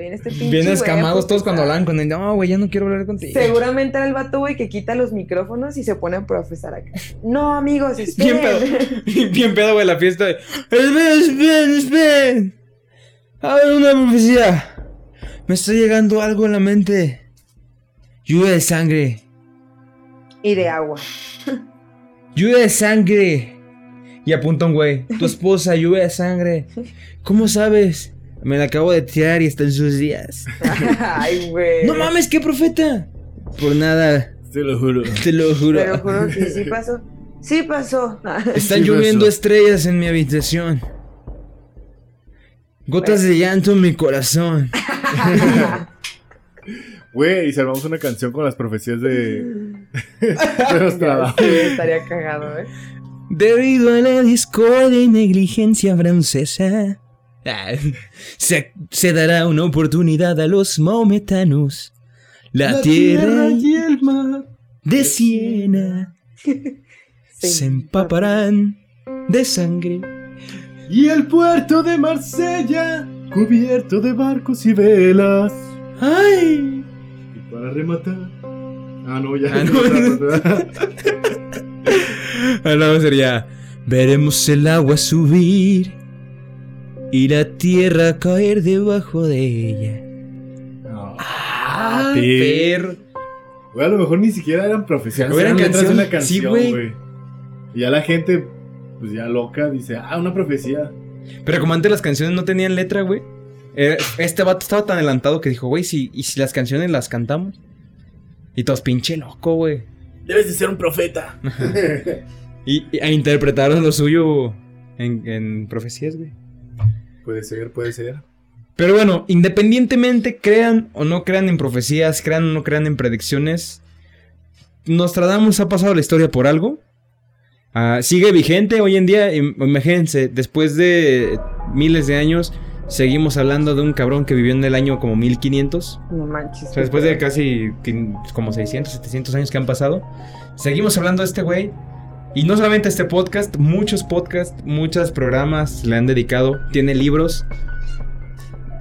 Speaker 4: Viene este pinche
Speaker 2: Bien
Speaker 4: güey a
Speaker 2: escamados todos cuando
Speaker 4: profesar.
Speaker 2: hablan con él. No, güey, ya no quiero hablar contigo.
Speaker 4: Seguramente era el vato, güey, que quita los micrófonos y se pone a profesar acá. No, amigos,
Speaker 2: Bien
Speaker 4: esperen.
Speaker 2: pedo. Bien pedo, güey, la fiesta. de, Esperen, esperen, esperen. A ver, una profecía. Me está llegando algo en la mente. Lluvia de sangre.
Speaker 4: Y de agua.
Speaker 2: Lluvia de sangre. Y apunta un güey. Tu esposa, lluvia de sangre. ¿Cómo sabes? Me la acabo de tirar y está en sus días.
Speaker 4: Ay, güey.
Speaker 2: No mames, qué profeta. Por nada,
Speaker 3: Te lo juro.
Speaker 2: te lo juro.
Speaker 4: Pero juro que sí pasó. Sí pasó.
Speaker 2: Están
Speaker 3: Sí,
Speaker 2: lloviendo
Speaker 3: pasó.
Speaker 2: estrellas en mi habitación. Gotas de llanto en mi corazón.
Speaker 3: Güey, y salvamos una canción con las profecías de, de
Speaker 4: Ya
Speaker 3: Nostradamus.
Speaker 4: sé, Estaría cagado, ¿eh?
Speaker 2: Debido a la discordia y negligencia francesa, ah, se, se dará una oportunidad a los maometanos. La, tierra,
Speaker 3: el mar.
Speaker 2: de Siena se empaparán de sangre.
Speaker 3: Y el puerto de Marsella, cubierto de barcos y velas.
Speaker 2: ¡Ay!
Speaker 3: Y para rematar. Ah, no, ya.
Speaker 2: Ah, no. Ahora Ah, sería, veremos el agua subir y la tierra caer debajo de ella.
Speaker 3: No.
Speaker 2: Ah,
Speaker 3: sí. Güey, a lo mejor ni siquiera eran profecías.
Speaker 2: Pero eran
Speaker 3: eran letras de una
Speaker 2: canciones, sí,
Speaker 3: canción,
Speaker 2: güey.
Speaker 3: güey. Y ya la gente, pues ya loca, dice, ah, una profecía.
Speaker 2: Pero como antes las canciones no tenían letra, güey. eh, Este vato estaba tan adelantado que dijo, güey, si, ¿y si las canciones las cantamos? Y todos pinche loco, güey.
Speaker 3: Debes de ser un profeta.
Speaker 2: Y, y- e interpretaron lo suyo en, en profecías, güey.
Speaker 3: puede ser, puede ser.
Speaker 2: Pero bueno, independientemente crean o no crean en profecías, crean o no crean en predicciones, Nostradamus ha pasado la historia por algo. Ah, sigue vigente hoy en día. Im- Imagínense, después de miles de años, seguimos hablando de un cabrón que vivió en el año como 1500.
Speaker 4: No manches.
Speaker 2: O sea, después de casi quin- como 600, 700 años que han pasado, seguimos hablando de este güey. Y no solamente este podcast, muchos podcasts, muchos programas le han dedicado, tiene libros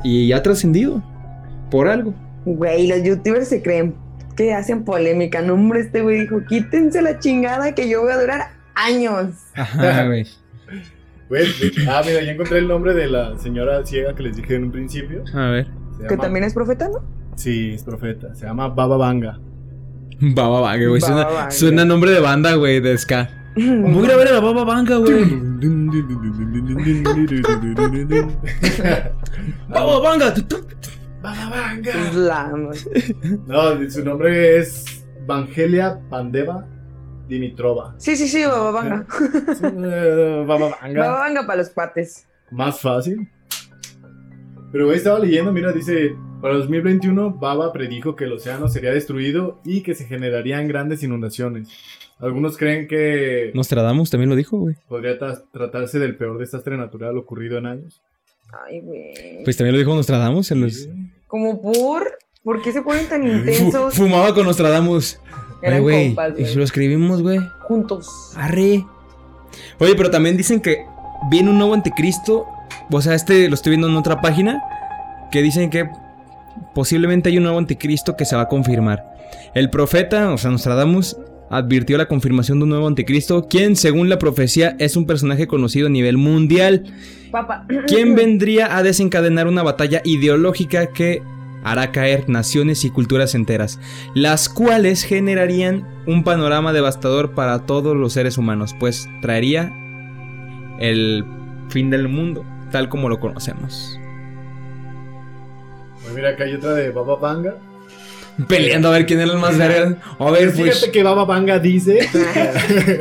Speaker 2: y ha trascendido por algo.
Speaker 4: Güey, los youtubers se creen que hacen polémica. No, hombre, este güey dijo, quítense la chingada que yo voy a durar años.
Speaker 2: Ajá, güey.
Speaker 3: Güey, ah, mira, ya encontré el nombre de la señora ciega que les dije en un principio.
Speaker 2: A ver.
Speaker 3: Se
Speaker 4: Que
Speaker 3: llama-
Speaker 4: también es profeta, ¿no?
Speaker 3: Sí, es profeta. Se llama Baba Vanga.
Speaker 2: Baba Vanga, güey.
Speaker 4: Baba
Speaker 2: Suena,
Speaker 4: Vanga.
Speaker 2: suena nombre de banda, güey, de Ska. Voy a ir a ver a Baba Vanga, güey. Baba Vanga.
Speaker 3: Baba Vanga.
Speaker 4: pues, La-
Speaker 3: No, su nombre es Vangelia Pandeva Dimitrova.
Speaker 4: Sí, sí, sí, bababanga.
Speaker 3: Es, eh, Baba Vanga.
Speaker 4: Bababanga para los pates.
Speaker 3: Más fácil. Pero güey, estaba leyendo, mira, dice, para 2021 Baba predijo que el océano sería destruido y que se generarían grandes inundaciones. Algunos creen que
Speaker 2: Nostradamus también lo dijo, güey.
Speaker 3: podría tra- tratarse del peor desastre natural ocurrido en años.
Speaker 4: Ay, güey.
Speaker 2: Pues también lo dijo Nostradamus en los.
Speaker 4: Como por... ¿Por qué se ponen tan intensos?
Speaker 2: Fu- fumaba con Nostradamus. Oye,
Speaker 4: Eran
Speaker 2: güey.
Speaker 4: compas,
Speaker 2: Y
Speaker 4: güey.
Speaker 2: si lo escribimos, güey.
Speaker 4: Juntos.
Speaker 2: Arre. Oye, pero también dicen que viene un nuevo anticristo. O sea, este lo estoy viendo en otra página. Que dicen que posiblemente hay un nuevo anticristo que se va a confirmar. El profeta, o sea, Nostradamus, advirtió la confirmación de un nuevo anticristo, quien, según la profecía, es un personaje conocido a nivel mundial.
Speaker 4: Papá.
Speaker 2: ¿Quién vendría a desencadenar una batalla ideológica que hará caer naciones y culturas enteras, las cuales generarían un panorama devastador para todos los seres humanos, pues traería el fin del mundo, tal como lo conocemos.
Speaker 3: Pues mira, acá hay otra de Baba Vanga.
Speaker 2: Peleando a ver quién era el más verga. A ver, pues,
Speaker 3: Fíjate que Baba Vanga dice.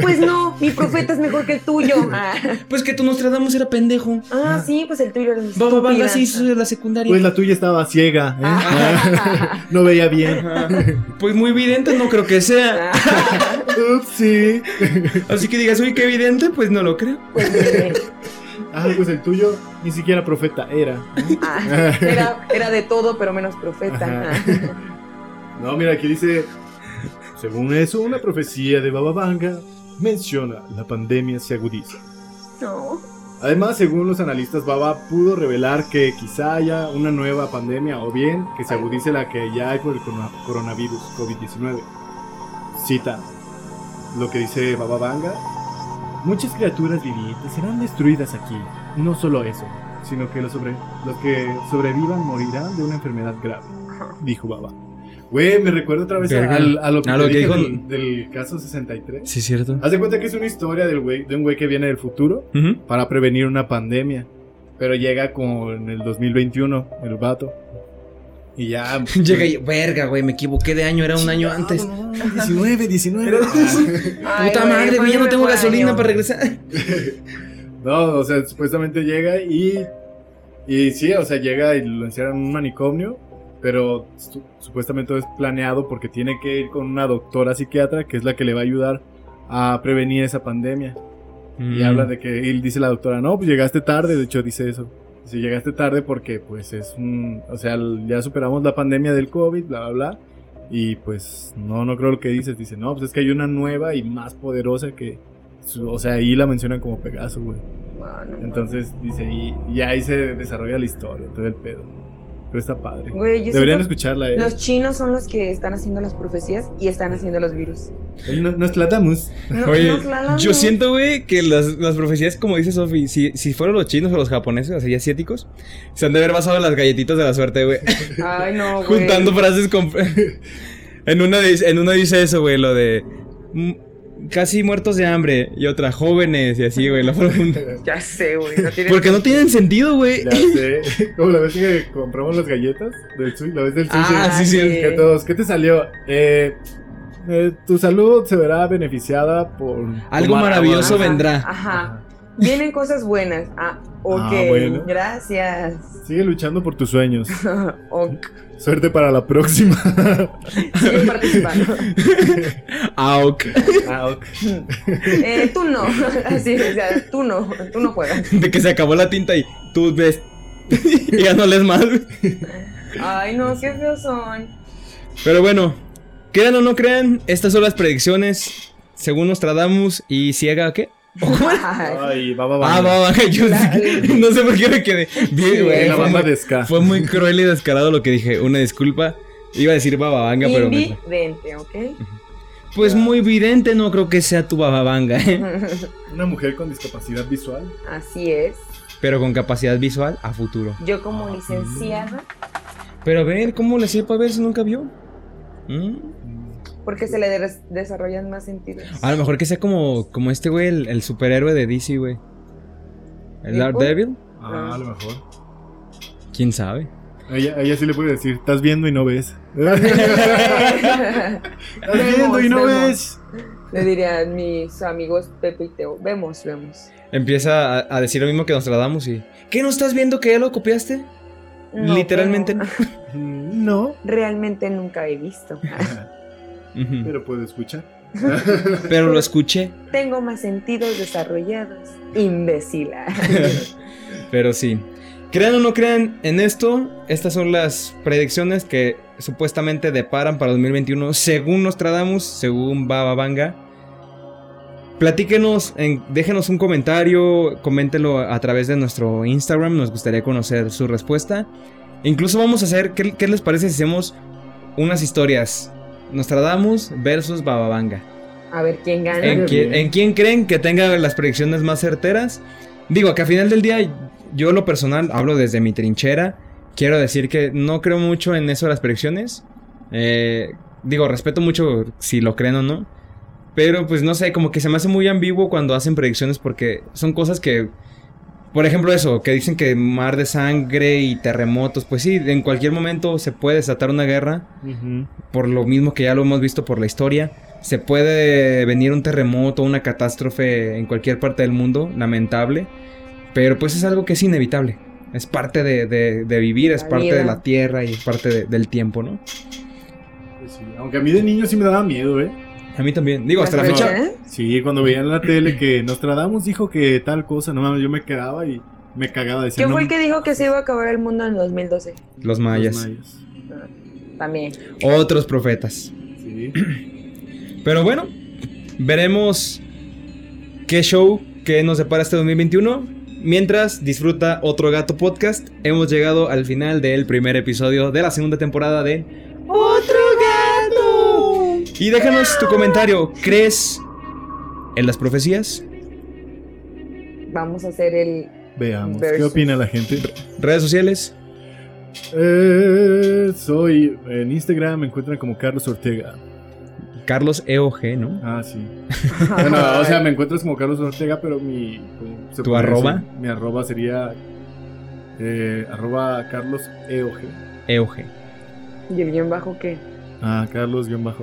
Speaker 4: Pues no, mi profeta es mejor que el tuyo. Ah,
Speaker 2: pues que tu Nostradamus era pendejo.
Speaker 4: ah, sí, pues el tuyo era un
Speaker 2: Baba Vanga
Speaker 4: estúpida.
Speaker 2: sí hizo la secundaria.
Speaker 3: Pues la tuya estaba ciega, ¿eh? no veía bien.
Speaker 2: Pues muy evidente no creo que sea.
Speaker 4: Ah,
Speaker 3: Ups, sí.
Speaker 2: Así que digas, uy, qué evidente, pues no lo creo.
Speaker 4: pues, eh,
Speaker 3: Ah, pues el tuyo ni siquiera profeta era.
Speaker 4: ah, era, era de todo, pero menos profeta. Ah.
Speaker 3: Ajá. No, mira, aquí dice, según eso, una profecía de Baba Vanga menciona la pandemia se agudiza.
Speaker 4: Ah, no.
Speaker 3: Además, según los analistas, Baba pudo revelar que quizá haya una nueva pandemia o bien que se agudice la que ya hay por el corona- coronavirus COVID-19. Cita lo que dice Baba Vanga. Muchas criaturas vivientes serán destruidas aquí. No solo eso, sino que los, sobre- los que sobrevivan morirán de una enfermedad grave, dijo Baba. Güey, me recuerdo otra vez
Speaker 2: Verga.
Speaker 3: al- a lo que,
Speaker 2: A
Speaker 3: te
Speaker 2: lo que
Speaker 3: dije
Speaker 2: dijo-
Speaker 3: del, del caso 63.
Speaker 2: Sí, cierto.
Speaker 3: Haz de cuenta que es una historia del güey, de un güey que viene del futuro para prevenir una pandemia. Pero llega con el 2021, el vato. Y ya. pues,
Speaker 2: Llega y, verga, güey, me equivoqué de año, era un año antes.
Speaker 3: 19, 19.
Speaker 4: Ay,
Speaker 2: Puta
Speaker 4: güey,
Speaker 2: madre, güey, ya no tengo
Speaker 4: ponme
Speaker 2: gasolina
Speaker 4: baño.
Speaker 2: para regresar.
Speaker 3: no, o sea, supuestamente llega y. Y sí, o sea, llega y lo encierran en un manicomio. Pero su- supuestamente es planeado porque tiene que ir con una doctora psiquiatra que es la que le va a ayudar a prevenir esa pandemia. Y habla
Speaker 2: Mm.
Speaker 3: de que él dice la doctora, no, pues llegaste tarde, de hecho dice eso. Si llegaste tarde porque pues es un, o sea, el- ya superamos la pandemia del COVID, bla, bla, bla. Y pues no, no creo lo que dices, dice, no, pues es que hay una nueva y más poderosa que, su- o sea, ahí la mencionan como Pegaso, güey.
Speaker 4: Ah, no.
Speaker 3: Entonces dice, y, y ahí se desarrolla la historia, todo el pedo. Pero está padre.
Speaker 4: Güey, yo
Speaker 3: Deberían
Speaker 4: siento
Speaker 3: escucharla, eh.
Speaker 4: los chinos son los que están haciendo las profecías y están haciendo los virus.
Speaker 3: Él no- Nos tratamos.
Speaker 4: No,
Speaker 2: Oye,
Speaker 4: no, claro,
Speaker 2: yo
Speaker 4: no.
Speaker 2: siento, güey, que las, las profecías, como dice Sofi, si, si fueron los chinos o los japoneses, así asiáticos, se han de haber basado en las galletitas de la suerte, güey.
Speaker 4: Ay, no, güey.
Speaker 2: Juntando frases con... en, una dice, en una dice eso, güey, lo de... mm, Casi muertos de hambre y otra jóvenes y así, güey, la pregunta.
Speaker 4: Ya sé, güey. No tiene-
Speaker 2: Porque no tienen sentido, güey.
Speaker 3: Ya sé. Como la vez que compramos las galletas del sushi, la vez del sushi.
Speaker 2: Ah, sí, sí.
Speaker 3: Que todos, ¿qué te salió? Eh, eh, tu salud se verá beneficiada por.
Speaker 2: Algo
Speaker 3: tomar
Speaker 2: maravilloso
Speaker 3: agua.
Speaker 4: Ajá,
Speaker 2: vendrá.
Speaker 4: Ajá. Vienen cosas buenas. Ah, ok.
Speaker 3: Ah, bueno.
Speaker 4: Gracias.
Speaker 3: Sigue luchando por tus sueños.
Speaker 4: Ok.
Speaker 3: Suerte para la próxima.
Speaker 4: Sigue participando.
Speaker 2: Auk.
Speaker 3: Ah, ok.
Speaker 4: Eh, tú no. Así, o sea, tú no. Tú no juegas.
Speaker 2: De que se acabó la tinta y tú ves. y ya no lees más. güey.
Speaker 4: Ay, no, qué feos son.
Speaker 2: Pero bueno, crean o no crean, estas son las predicciones según Nostradamus y ciega, ¿qué?
Speaker 4: Ay,
Speaker 3: Ay, va, va, va.
Speaker 2: Ah, va, va, yo no sé por qué me quedé. Bien,
Speaker 3: Eh,
Speaker 2: güey.
Speaker 3: la
Speaker 2: Fue,
Speaker 3: banda
Speaker 2: muy-
Speaker 3: de Ska.
Speaker 2: fue muy cruel y descarado lo que dije. Una disculpa. Iba a decir bababanga, pero. me-
Speaker 4: Invidente, ¿ok?
Speaker 3: Ah.
Speaker 2: Pues muy evidente, no creo que sea tu bababanga, ¿eh?
Speaker 3: Una mujer con discapacidad visual.
Speaker 4: Así es.
Speaker 2: Pero con capacidad visual a futuro.
Speaker 4: Yo como licenciada,
Speaker 2: Pero a ver, ¿cómo le sepa a ver si nunca vio? ¿Mm?
Speaker 4: porque se le des- desarrollan más sentidos.
Speaker 2: A lo mejor que sea como, como este güey, el, el superhéroe de DC, güey. ¿El
Speaker 4: ¿Deadpool?
Speaker 2: Daredevil?
Speaker 3: Ah, a lo mejor.
Speaker 2: ¿Quién sabe?
Speaker 3: A ella, a ella sí le puede decir, estás viendo y no ves. Estás viendo y no
Speaker 4: Vemos,
Speaker 3: ves.
Speaker 4: le dirían mis amigos Pepe y Teo. Vemos, vemos.
Speaker 2: Empieza a, a decir lo mismo que Nostradamus y... ¿Qué no estás viendo que ya lo copiaste?
Speaker 4: No,
Speaker 2: Literalmente
Speaker 4: pero
Speaker 3: Mm, No.
Speaker 4: Realmente nunca he visto.
Speaker 2: Ujú. Pero,
Speaker 3: Pero puedo escuchar.
Speaker 2: lo escuché.
Speaker 4: Tengo más sentidos desarrollados. Imbécila.
Speaker 2: Pero sí. Crean o no crean en esto, estas son las predicciones que supuestamente deparan para 2021 según Nostradamus, según Baba Vanga. Platíquenos, en- déjenos un comentario, coméntenlo a través de nuestro Instagram, nos gustaría conocer su respuesta. Incluso vamos a hacer, ¿qué, qué les parece si hacemos unas historias Nostradamus versus Bababanga.
Speaker 4: A ver quién gana.
Speaker 2: ¿En,
Speaker 3: Muy
Speaker 2: quién,
Speaker 3: bien.
Speaker 2: en quién creen que tenga las predicciones más certeras? Digo, que a final del día, yo lo personal, hablo desde mi trinchera. Quiero decir que no creo mucho en eso de las predicciones. Eh, digo, respeto mucho si lo creen o no. Pero pues no sé, como que se me hace muy ambiguo cuando hacen predicciones porque son cosas que... Por ejemplo eso, que dicen que mar de sangre y terremotos, pues sí, en cualquier momento se puede desatar una guerra
Speaker 3: Ujú.
Speaker 2: por lo mismo que ya lo hemos visto por la historia, se puede venir un terremoto, una catástrofe en cualquier parte del mundo, lamentable, pero pues es algo que es inevitable, es parte de, de- de vivir, es
Speaker 4: La
Speaker 2: parte
Speaker 4: vida.
Speaker 2: de la tierra y es parte de- del tiempo, ¿no?
Speaker 3: Pues sí, Aunque a mí de niño sí me daba miedo, ¿eh?
Speaker 2: A mí también, digo, hasta la
Speaker 4: Pero,
Speaker 2: fecha,
Speaker 4: ¿eh?
Speaker 3: Sí, cuando veían en la tele que Nostradamus dijo que tal cosa, no mames, yo me quedaba y me cagaba. Decía,
Speaker 4: ¿Quién
Speaker 3: no,
Speaker 4: fue el que dijo que se iba a acabar el mundo en 2012?
Speaker 2: los
Speaker 3: los
Speaker 2: mayas,
Speaker 4: También.
Speaker 2: otros profetas.
Speaker 3: Sí.
Speaker 2: Pero bueno, veremos qué show que nos depara este 2021. Mientras disfruta otro gato podcast, hemos llegado al final del primer episodio de la segunda temporada de Otro gato. Y déjanos tu comentario, ¿crees en las profecías?
Speaker 4: Vamos a hacer el.
Speaker 3: Veamos, ¿qué
Speaker 4: Versus.
Speaker 3: opina la gente?
Speaker 2: Redes sociales,
Speaker 3: Eh, soy en Instagram, me encuentran como Carlos Ortega.
Speaker 2: Carlos EOG, ¿no?
Speaker 3: Ah, sí. Bueno, o sea, me encuentras como Carlos Ortega, pero mi. ¿cómo se
Speaker 2: ¿Tu
Speaker 3: podría
Speaker 2: arroba?
Speaker 3: decir? Mi arroba sería. eh, arroba Carlos E EOG.
Speaker 2: EOG.
Speaker 4: ¿Y el guión bajo qué?
Speaker 3: Ah, Carlos-EOG.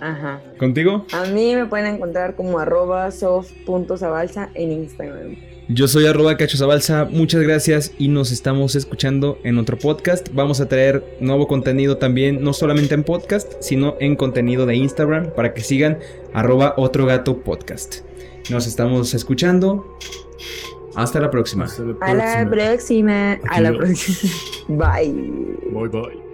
Speaker 4: Ajá.
Speaker 2: ¿Contigo?
Speaker 4: A mí me pueden encontrar como arroba soft.zabalsa en Instagram.
Speaker 2: Yo soy arroba cachosabalsa, muchas gracias y nos estamos escuchando en otro podcast. Vamos a traer nuevo contenido también, no solamente en podcast, sino en contenido de Instagram para que sigan arroba otro gato podcast. Nos estamos escuchando. Hasta la próxima.
Speaker 3: Hasta la
Speaker 4: A la
Speaker 3: próxima.
Speaker 4: próxima. A la próxima. Bye.
Speaker 3: Bye bye.